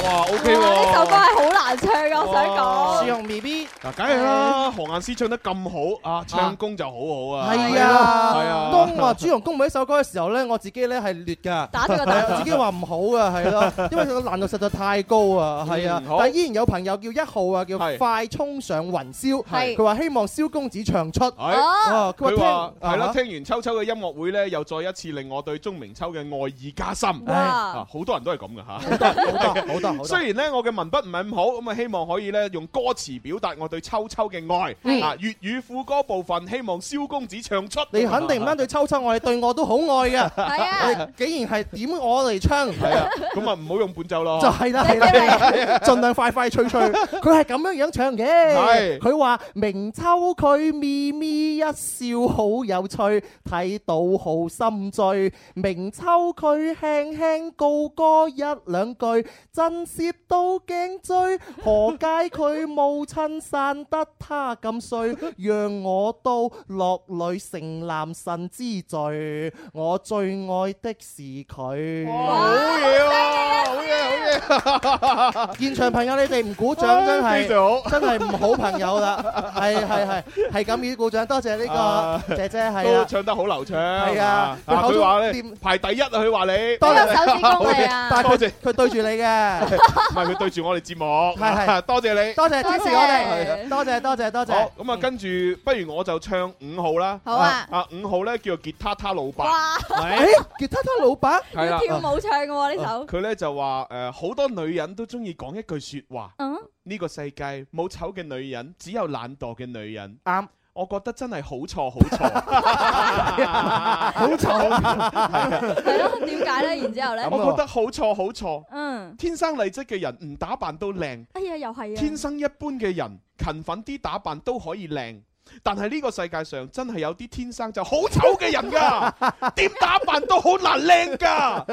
哇，OK 喎！
哇呢首歌係好難唱嘅，我想講。
樹紅 B B，
嗱，梗係啦，何雁詩唱得咁好啊，唱功就好好啊。
係
係啊
啊，。當話朱容公每一首歌嘅時候咧，我自己咧係劣㗎，
打咗個 打
係啊自己話唔好㗎，係咯，因為佢個難度實在太高啊，係啊
嗯，好
但係依然有朋友叫一號啊，叫
係
快衝上雲霄，
係
佢話希望蕭公子唱出，
哎
啊
佢話
聽
係
啊
啦，聽完秋秋嘅音樂會咧，又再一次令我對鐘明秋嘅愛意加深。
哇
啊好多人都係咁嘅嚇。
好多 好 多。
雖然咧我嘅文筆唔係咁好，咁啊希望可以咧用歌詞表達我對秋秋嘅愛。
嗯
啊，粵語副歌部分希望蕭公子唱出。
你 肯定唔單對秋秋，我哋對我都好愛嘅。係啊，既然係點我嚟唱，
係啊，咁啊唔好用伴奏咯。
就係啦，係啦係啦，盡量快快脆脆。佢係咁樣樣唱
係
嘅。佢話明秋佢咪咪一笑好有趣，睇到好心醉。明秋佢輕輕高歌一兩句，震懾到頸椎。何解佢母親散得他咁碎，讓我都落淚成男神之罪。我最愛的是佢。
好嘢喎，好嘢好嘢。
現場朋友你哋唔鼓掌真
唉
係
非常好
真係唔好朋友啦，係係係係咁要鼓掌，多謝呢個姐姐係啊
都
啦，
唱得好流暢。
係啊佢口
佢
中
話咧
念
排第一啊，佢話你。
多謝啊
好嘢
但係
多
佢
謝。
佢對住你嘅，
唔係佢對住我哋節目。啊
係係
多謝你。
多謝支持我
係
哋，多謝多謝多謝
好，咁啊，跟住不如我就唱五號啦。
好啊
啊五號咧叫做吉他他老伯。
哇！
係
誒哎吉他他老伯
係啦
跳舞唱嘅喎呢
啊
首。
佢咧就話誒，好多女人都中意講一句説話。
嗯。
呢個世界冇醜嘅女人，只有懶惰嘅女人。
啱。
我覺得真係好錯，好錯。
好嘈，
係咯，點解咧？然之後咧，
我覺得好錯，好錯。
嗯，
天生麗質嘅人唔打扮都靚，
哎呀，又係啊，
天生一般嘅人勤奮啲打扮都可以靚。但係呢個世界上真係有啲天生就好醜嘅人㗎，點打扮都好難靚㗎。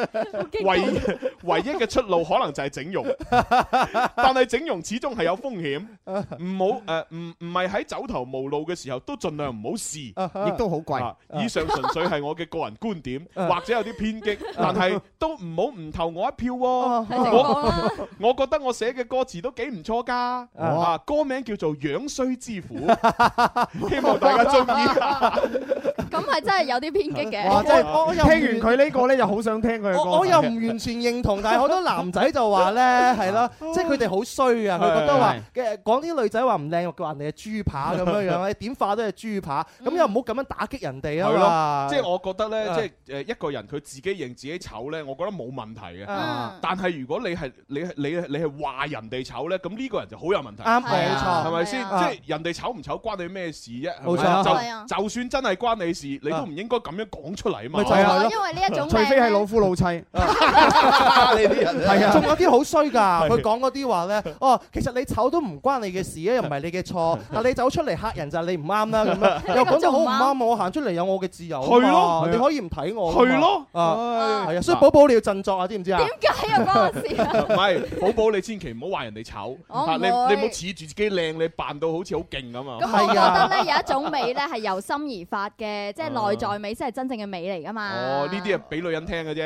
唯唯一嘅出路可能就係整容，但係整容始終係有風險，唔好誒，呃唔唔係喺走投無路嘅時候都盡量唔好試，
亦都好貴
啊以上純粹係我嘅個人觀點，或者有啲偏激，但係都唔好唔投我一票喎。
哦
哦
我我覺得我寫嘅歌詞都幾唔錯㗎，啊歌名叫做《樣衰之 苦》。希望大家中意。
咁系真係有啲偏激嘅。
哇！真係
我我又
聽完佢呢個咧，就好想聽佢嘅歌。
我我又唔完全認同，但係好多男仔就話咧，係咯，即係佢哋好衰啊！佢覺得話嘅講啲女仔話唔靚，又話人哋係豬扒咁樣樣，你點化都係豬扒，咁又唔好咁樣打擊人哋
係
啊嘛！
咯，即係我覺得
啊
咧，即係誒一個人佢自己認自己醜咧，我覺得冇問題
嗯
嘅
啊。
但係如果你係你係你係你係話人哋醜咧，咁呢個人就好有問題。
啱冇錯
係咪先？
係
即
啊
係人哋醜唔醜關你咩事啫？係咪
冇錯
就
係
啊
就算真係關你事，你都唔應該咁樣講出嚟啊嘛。
咪就係
哦
咯除非係老
老
夫 老妻。
你啲人
係啊，仲有啲好衰㗎，
係
佢講嗰啲話咧，哦，其實你醜都唔關你嘅事啊，又唔係你嘅錯，但你走出嚟嚇人就係你唔啱啦，咁樣又講得好唔啱啊，我行出嚟有我嘅自由啊嘛，
係咯
你可以唔睇我，
係咯
啊，
唉
係啊，所以寶寶你要振作啊，知唔知啊？
點解又關我 事啊？
唔係，寶寶你千祈唔好話人哋醜，
我唔
啊你
會
你唔好恃住自己靚，你扮到好似好勁咁啊。
咁我覺得咧有一種美咧係由心而發嘅，即係
哦
內在美先係真正嘅美嚟噶嘛。
哦，呢啲係俾女人聽嘅 啫。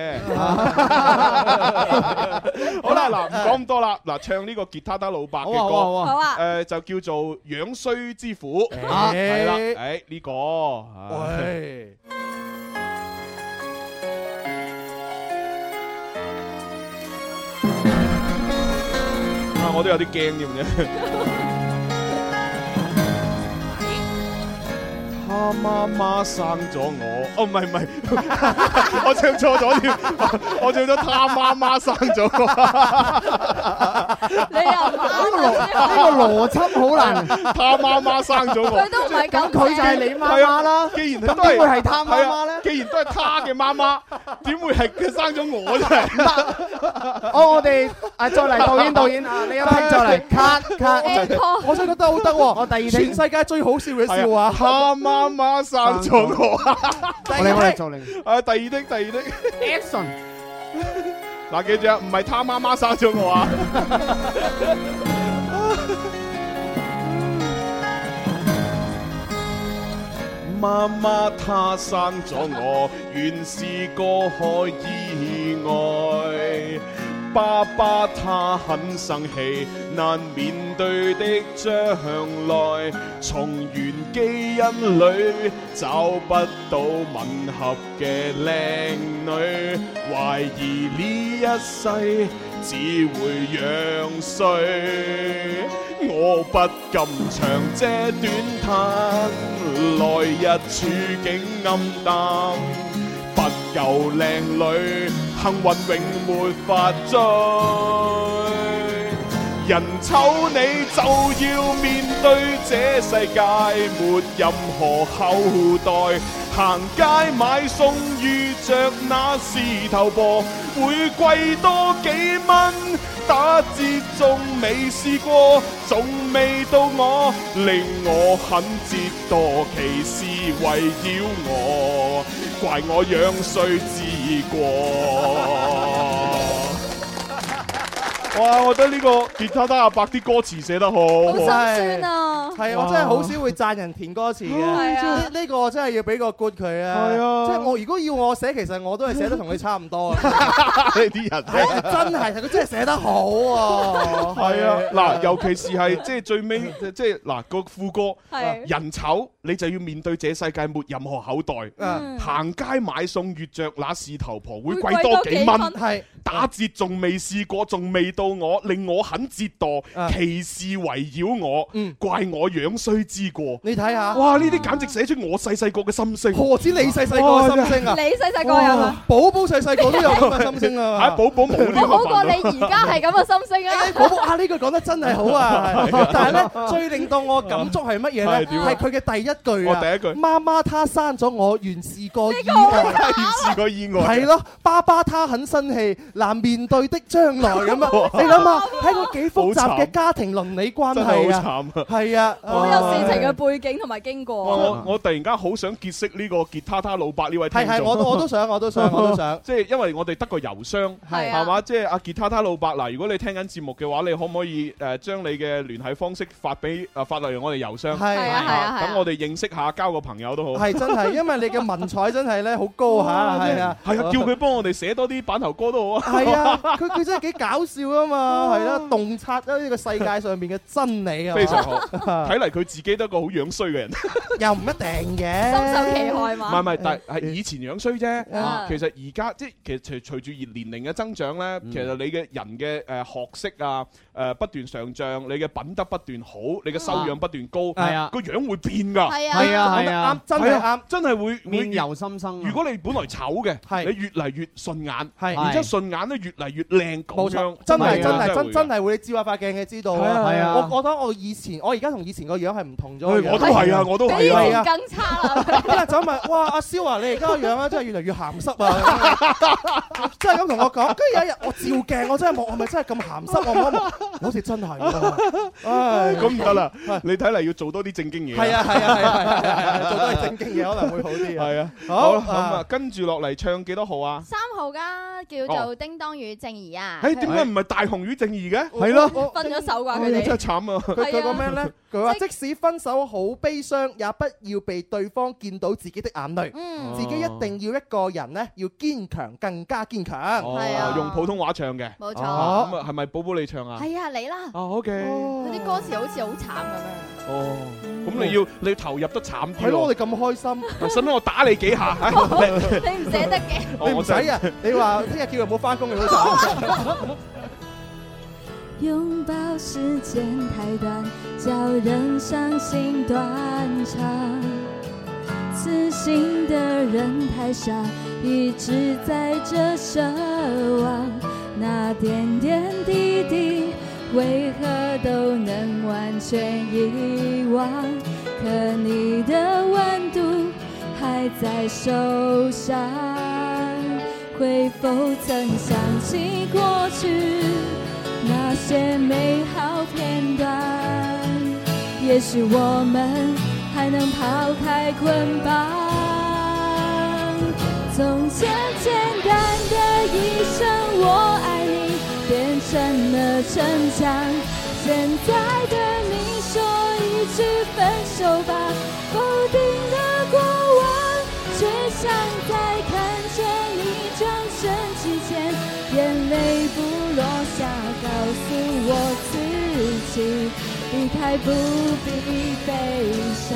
好啦，嗱，唔講咁多啦，嗱，唱呢個吉他打老伯嘅
好啊好
歌，
啊好 啊
誒就叫做《樣衰之苦》，
啊
係啦，誒呢個，唉
哎喂
啊，我都有啲驚添啫。他媽媽生咗我，哦唔係唔係， 我唱錯咗添，我唱咗他媽媽生咗我。
你又呢
個
邏輯好難。
他媽媽生咗我，
佢都唔係咁佢就係你媽媽
係
啦
啊既然
咁
都係
點會係他媽媽
係啊既然都係他嘅媽 媽，點會係佢生咗我 啫？
哦，我哋啊，再嚟導演導 演啊，你有聽再嚟 cut cut，
我真係覺得好得喎，我
第二聽
全世界最好笑嘅笑
係
話，
啊他媽媽生咗我，
我哋我哋
做另
啊，第二的第二的
action，
嗱記住啊，唔係他媽媽生咗我啊。 媽媽她生咗我，原是個害意外。爸爸他很生氣，難面對的將來，從原基因裏找不到吻合嘅靚女，懷疑呢一世只會樣衰。我不禁長這短嘆，來日處境暗淡，不夠靚女，幸運永沒法追。人醜你就要面對這世界，沒任何後代。行街買餸遇着那事頭婆，會貴多幾蚊，打折仲未試過，仲未到我，令我很折墮，歧視圍繞我，怪我樣衰之過。哇！我覺得呢個吉他得阿伯啲歌詞寫得好，好
心酸
啊！
係啊，我真係好少會讚人填歌詞嘅，
哦
係啊
呢呢個我真係要俾個 good 佢啊！
係啊
即係我如果要我寫，其實我都係寫得同佢差唔多啊！
你啲人
係啊真係，佢真係寫得好喎！
係啊，嗱，尤其是係即係最尾，即係嗱個副歌，
係
人醜你就要面對這世界沒任何後代
嗯，
行街買餸越着那是頭婆會
會
貴
貴
多
多
幾
幾蚊
蚊，
係
打折仲未試過，仲未到我，令我很折墮，歧視圍繞我，怪我樣衰之過。
你睇下
哇！呢啲簡直寫出我細細個嘅心聲，
何止你細細個嘅心聲啊？
你細細個有嘛？
寶寶細細個都有咁嘅心聲啊！
係寶寶冇呢個
我好過你而家係咁嘅心聲 啊！
寶寶啊，呢句講得真係好啊！
係
係但係咧，最令到我感觸係乜嘢
係
咧？
點啊
係佢嘅第一句
哦
啊！
第一句
媽媽她生咗我，原是個意
呢個
外
好慘啊。原是個意外
係咯，爸爸他很生氣，難面對的將來咁啊！你諗下喺個幾複雜嘅家庭倫理關係
真係
啊
好慘啊，
係啊，
好有事情嘅背景同埋經
哇！我
過。
我突然間好想結識呢個吉他他老伯呢位聽眾。
係係，我都我都想，我 都想，我都想。
即係因為我哋得個郵箱
係啊
係嘛，即係阿吉他他老伯嗱，如果你聽緊節目嘅話，你可唔可以誒將你嘅聯繫方式發俾誒發嚟我哋郵箱？
係啊係啊係啊
等我哋認識下，交個朋友都好。
係真係，因為你嘅文采真係咧好高嚇，係啊，
係啊，叫佢幫我哋寫多啲版頭歌都好啊。
係啊，佢佢真係幾搞笑啊嘛，係啦，洞察咗呢個世界上面嘅真理啊，
非常好，睇嚟佢自己都係一個好樣衰嘅人，唔
又唔一定嘅，
係唔係，但係以前樣衰啫。
啊
其實而家即係其實隨隨住年齡嘅增長咧，
嗯
其實你嘅人嘅誒學識啊誒不斷上漲，你嘅品德不斷好，你嘅修養不斷高，
係啊
個樣會變㗎。
係啊係啊係
講
啊
得
真係
係啊真係會
面由
心
啊
生。如果你本來醜嘅，你越嚟越順眼，然之後順眼咧越嚟越靚咁
冇
樣
錯，，真係真
會
係
㗎
真真係會照下塊鏡嘅知道
係啊係啊
我我覺得我以前，我而家同以前個樣係唔同咗
哎
嘅。
我都 係啊我都係啊比以前更
差啦！今日走埋，哇！阿蕭啊，你而家個樣啊，真係越嚟越鹹濕啊！ 真係咁同我講。跟住有一日我照鏡，我真係望，我咪真係咁鹹濕？我望一望，好似真係喎。唉
咁唔得啦！你睇嚟要做多啲正經嘢。
係啊係啊係啊係啊 係啊做多啲正經嘢可能會好啲啊
係啊，
好
好咁
啊
啊，跟住落嚟唱幾多號啊？
三號噶，叫
哦
做叮當與正兒啊。
誒哎點解唔係大雄與正義嘅？
啊
係咯我分咗手啩佢哋
哎真係慘啊！
哦佢佢個咩咧？佢話即使分手好悲傷，也不要被對方見到自己的眼淚。
嗯
哦
自己一定要一個人咧，要堅強，更加堅強。
哦？
啊
用普通話唱嘅，
冇錯
哦咁啊，係咪寶寶你唱啊？
係啊，你啦。
哦，OK。
佢啲歌詞好似好慘咁 樣。
哦，咁你要你要投入得慘啲
係咯，我哋
喎。
咁開心，
使唔使我打你幾下？哎
你唔捨得嘅。
哦
你唔
我
使
真係
啊！你話聽日叫佢唔好翻工，你都 慘。啊
拥抱时间太短，叫人伤心断肠。痴心的人太傻，一直在这奢望，那点点滴滴，为何都能完全遗忘？可你的温度还在手上，会否曾想起过去？那些美好片段。也许我们还能抛开捆绑，从前简单的一生“我爱你”变成了逞强。现在的你说一句分手吧，否定了过往，只想在看见你转身之前，眼泪不落下，告诉我自己，离开不必悲伤。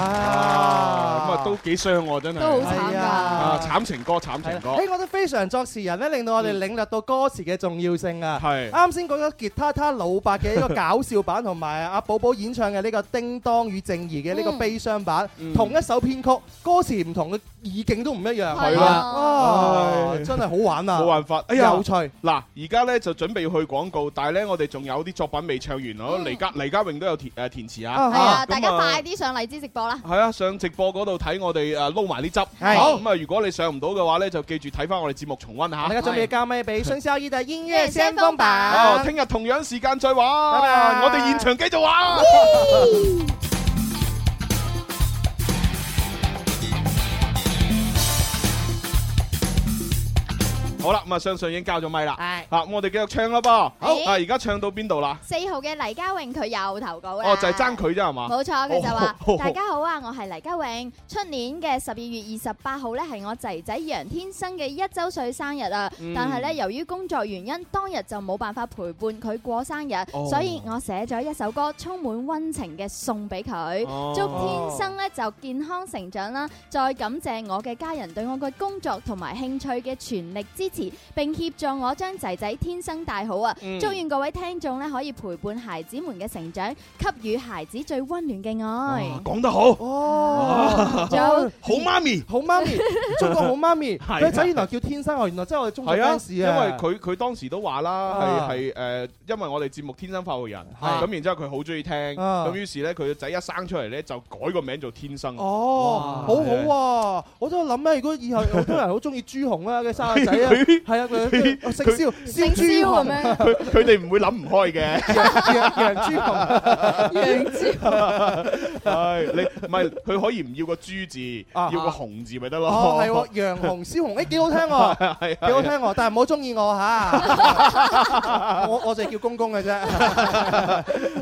啊，咁啊都幾傷我真係。
都好慘㗎
啊，慘嗯情歌，慘情歌
誒，。我覺得非常作詞人咧，令到我哋領略到歌詞嘅重要性啊！
係
啱先講咗吉他他老伯嘅一個搞笑版，同埋阿寶寶演唱嘅呢個《叮當與正義》嘅呢個
嗯
悲傷版，
嗯
同一首編曲，歌詞唔同嘅意境都唔一樣。
係啊
啊，真係好玩啊！
冇辦法，哎呀，
有趣。
嗱，而家咧就準備去廣告，但係咧我哋仲有啲作品未唱完
嗯
咯。黎家黎家榮都有填誒填詞啊，
係啊，大家
咁
快啲上荔枝直播啦。
係啊，上直播嗰度睇我哋呃誒撈埋啲汁。
係
好咁啊！如果你上唔到嘅話咧，就記住睇翻我哋節目重温下。
大家準備交咪俾孫肖依嘅音 樂先鋒
哦，
版。
聽日同樣時間再玩，
拜拜
我哋現場繼續玩。好啦，咁啊，相信已經交咗咪啦。啊
係
嚇，咁我哋繼續唱啦噃。好
係
啊，而家唱到邊度啦？
四號嘅黎家榮佢又投稿
啊
啦。
哦，就係爭佢啫係嘛？
冇錯，佢就話：
哦
大家好啊，我係黎家永。出年嘅十二月二十八號呢，係我仔仔楊天生嘅一周歲生日啊。
嗯
但係呢，由於工作原因，當日就冇辦法陪伴佢過生日，
哦
所以我寫咗一首歌充滿温情嘅送俾佢，
哦
祝天生呢就健康成長啦。再感謝我嘅家人對我嘅工作同埋興趣嘅全力支持，並協助我將仔仔天生大好啊！
嗯
祝願各位聽眾呢，可以陪伴孩子們嘅成長，給予孩子最温暖嘅愛。
講得好。
哦
仲有
好媽咪，
好媽咪，中國好媽咪，
係
佢仔原來叫天生，原來真係我哋中國
係啊
fans，
因為佢佢當時都話啦，係
啊
係誒，因為我哋節目《天生發育人》，
係
咁然之後佢好中意聽，
啊
咁於是咧佢個仔一生出嚟咧就改個名做天生。
哦，好好啊！我都諗咧，如果以後好多人好中意朱紅啦嘅生仔啊，
佢
係啊，佢佢哦食燒燒
燒
豬
咁
紅
樣，佢佢哋唔會諗唔開 嘅。
羊羊豬 紅，
羊 豬係你唔係佢可以唔要個豬字，要個紅字咪得咯。
哦啊係喎，羊紅 燒紅，誒幾好聽喎，
係啊
幾好聽喎，但係唔好中意我嚇， 我我就係叫公公嘅 啫。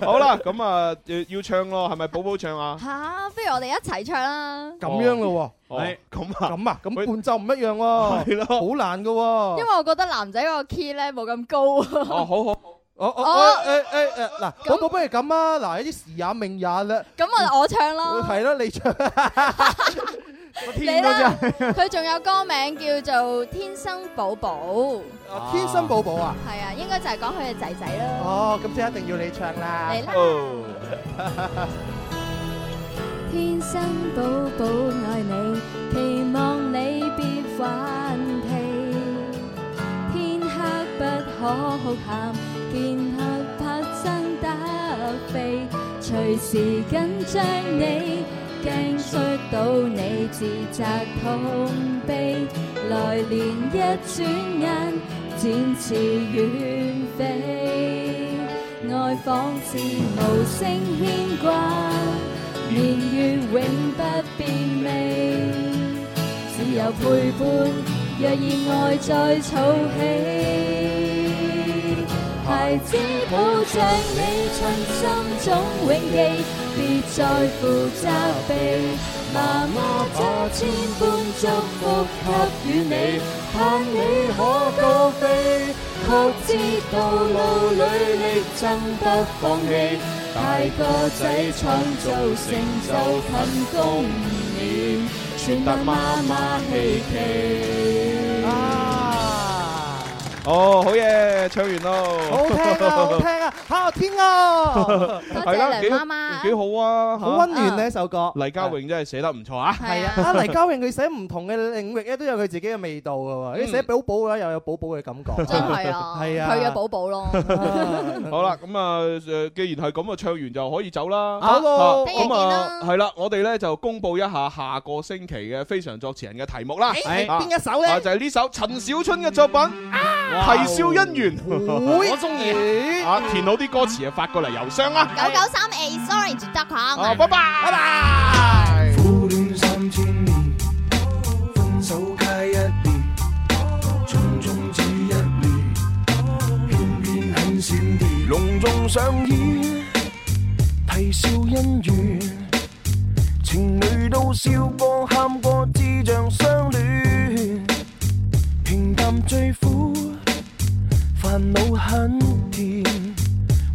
好啦，咁啊要要唱咯，係咪寶寶唱啊？
吓，不如我哋一齊唱啦，
咁樣咯
喎，係咁啊，
咁 啊，咁伴奏唔一樣喎，
係咯，
好難嘅喎。
因為我覺得男仔嗰個 key 咧冇咁高啊
哦，好好。
我我
哦
誒誒誒嗱，寶寶不如咁啊，嗱有啲時也命也啦，
咁我我唱咯，
係咯，你唱
你啦，佢仲有歌名叫做《天生寶寶》，
天生寶寶啊！
係啊，應該就係講佢嘅仔仔啦。
哦，咁即係一定要你唱啦。
嚟啦
哦
天生寶寶愛你，期望你別反皮。天黑不可哭喊，見黑拍生得肥，隨時緊張你，驚摔到你自責痛悲。來年一轉眼，展翅遠飛，愛仿似無聲牽掛。年月永不變味，只有陪伴，若熱愛再儲起。孩子抱着你，盡心總永記，別在乎責備。媽媽把千般祝福給予你，盼你可高飛，卻知道路裏力爭不放棄。大個仔創造成就勤工年，全得媽媽希冀。
哦，好嘢，唱完咯，
啊好聽啊，好聽啊，夏天啊，
係啦，幾幾好啊，
好溫暖呢一首歌。
黎家榮真係寫得唔錯啊！
係 啊， 啊黎嘉穎佢寫唔同嘅領域咧，都有佢自己嘅味道嘅喎。你寫寶寶嘅話，又有寶寶嘅感覺。
真 係啊，
係啊，
佢嘅寶寶咯。
好啦，咁啊，誒，既然係咁啊，唱完就可以走啦。
好咯
啊咁啊，係啦，我哋咧就公佈一下下個星期嘅非常作詞人嘅題目啦。
誒
啊
哎邊一首呢
啊就係呢首陳小春嘅作品《啼笑姻緣》，
會我鍾意
啊，填好啲歌詞啊，發過嚟郵箱啦。
九九三 A sorry 絕得狂。
好拜拜拜
拜。
苦戀三千年，分手皆一別，重重只一年，偏偏很閃電，隆重上演，啼笑姻緣，情侶都笑過喊過，智像相戀，平淡最苦，煩惱很甜，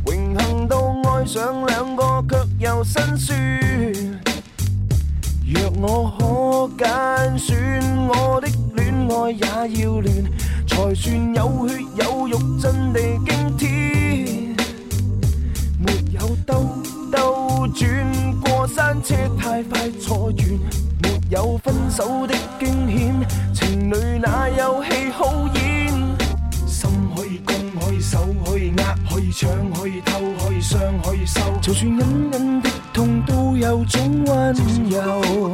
榮幸到愛上兩個，卻又辛酸。若我可揀選，我的戀愛也要亂，才算有血有肉，真地驚天。沒有兜兜轉，過山車太快坐完，沒有分手的驚險，情侶哪有戲好演？心可以攻，可以守，可以呃，可以搶，可以偷，可以傷，可以收。就算隱隱的痛，都有種温柔。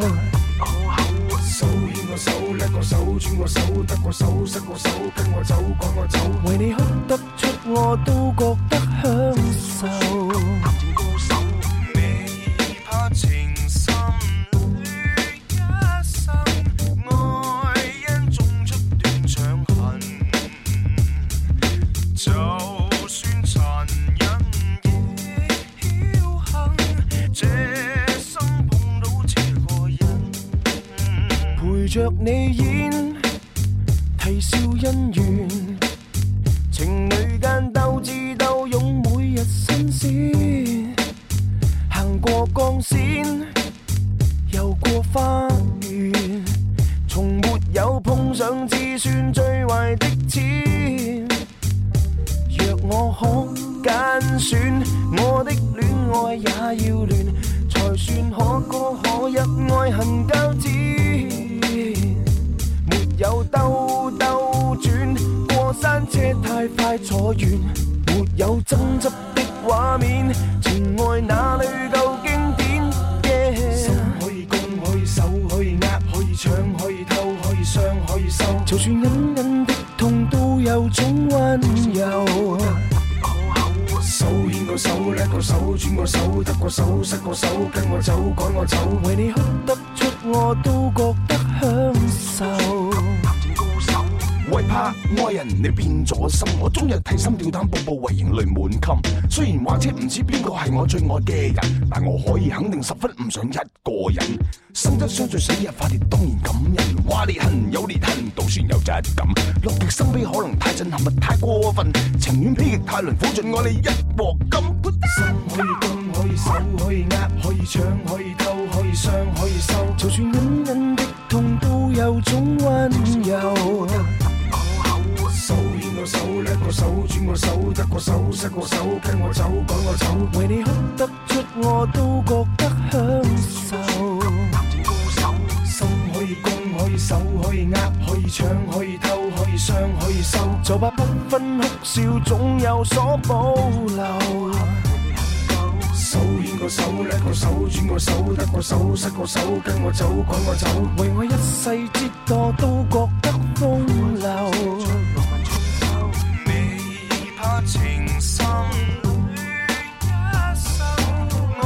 手牽我手，甩我手，轉我手，得我手，失我手，跟我走，趕我走。為你哭得出，我都覺得享受。高手，你怕情深於一生，愛因種出斷腸痕。就算殘忍亦僥倖，這生碰到這個人，陪着你演啼笑姻緣，情侶間鬥智鬥勇，每日新鮮，行過鋼線，遊過花園，從沒有碰上至算最壞的錢。若我可揀選，我的戀愛也要亂，才算可歌可泣，愛恨交織。沒有兜兜轉，過山車太快坐完，沒有爭執的畫面，情愛哪裏夠經典？Yeah 心可以攻，可以守，可以呃，可以搶，可以偷，可以傷，可以收。就算隱隱的痛都手趕我走，為你哼得出我都覺得享受。
為怕愛人，你變咗心，我終日提心吊膽，步步為營淚滿襟。雖然或者唔知邊個係我最愛嘅人，但我可以肯定十分唔想一個人。生得相聚死日化裂，當然感人。話裂痕有裂痕，倒算有質感。樂極生悲可能太震撼，太過分，情願披極太輪，苦盡我哋一鑊金。
心可以攻，可以守，可以呃，可以搶，可以偷，可以傷，可以收。就算隱隱的痛，都有種温柔。手牽個手，甩個手，轉個手，得個手，失個手，跟我走，趕我走，為你哭得出，我都覺得享受。心可以攻，可以守，可以呃，可以搶，可以偷，可以傷，可以收，就怕不分哭笑，總有所保留。手牽個手，甩個手，轉個手，得個手，失個手，跟我走，趕我走，為我一世折墮都覺得風流。未怕情深一生愛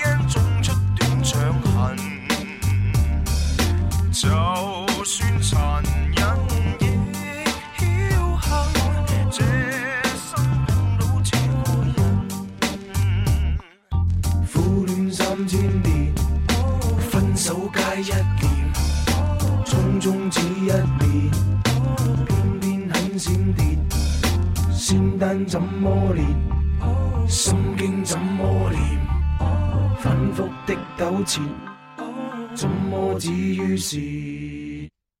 因種出斷腸痕，就算殘忍亦僥倖，這生碰到這個人，苦戀三千年，分手皆一念，匆匆只一面，偏偏很閃電，仙丹怎麼練，心經怎麼念，反覆的糾纏，怎麼止於事？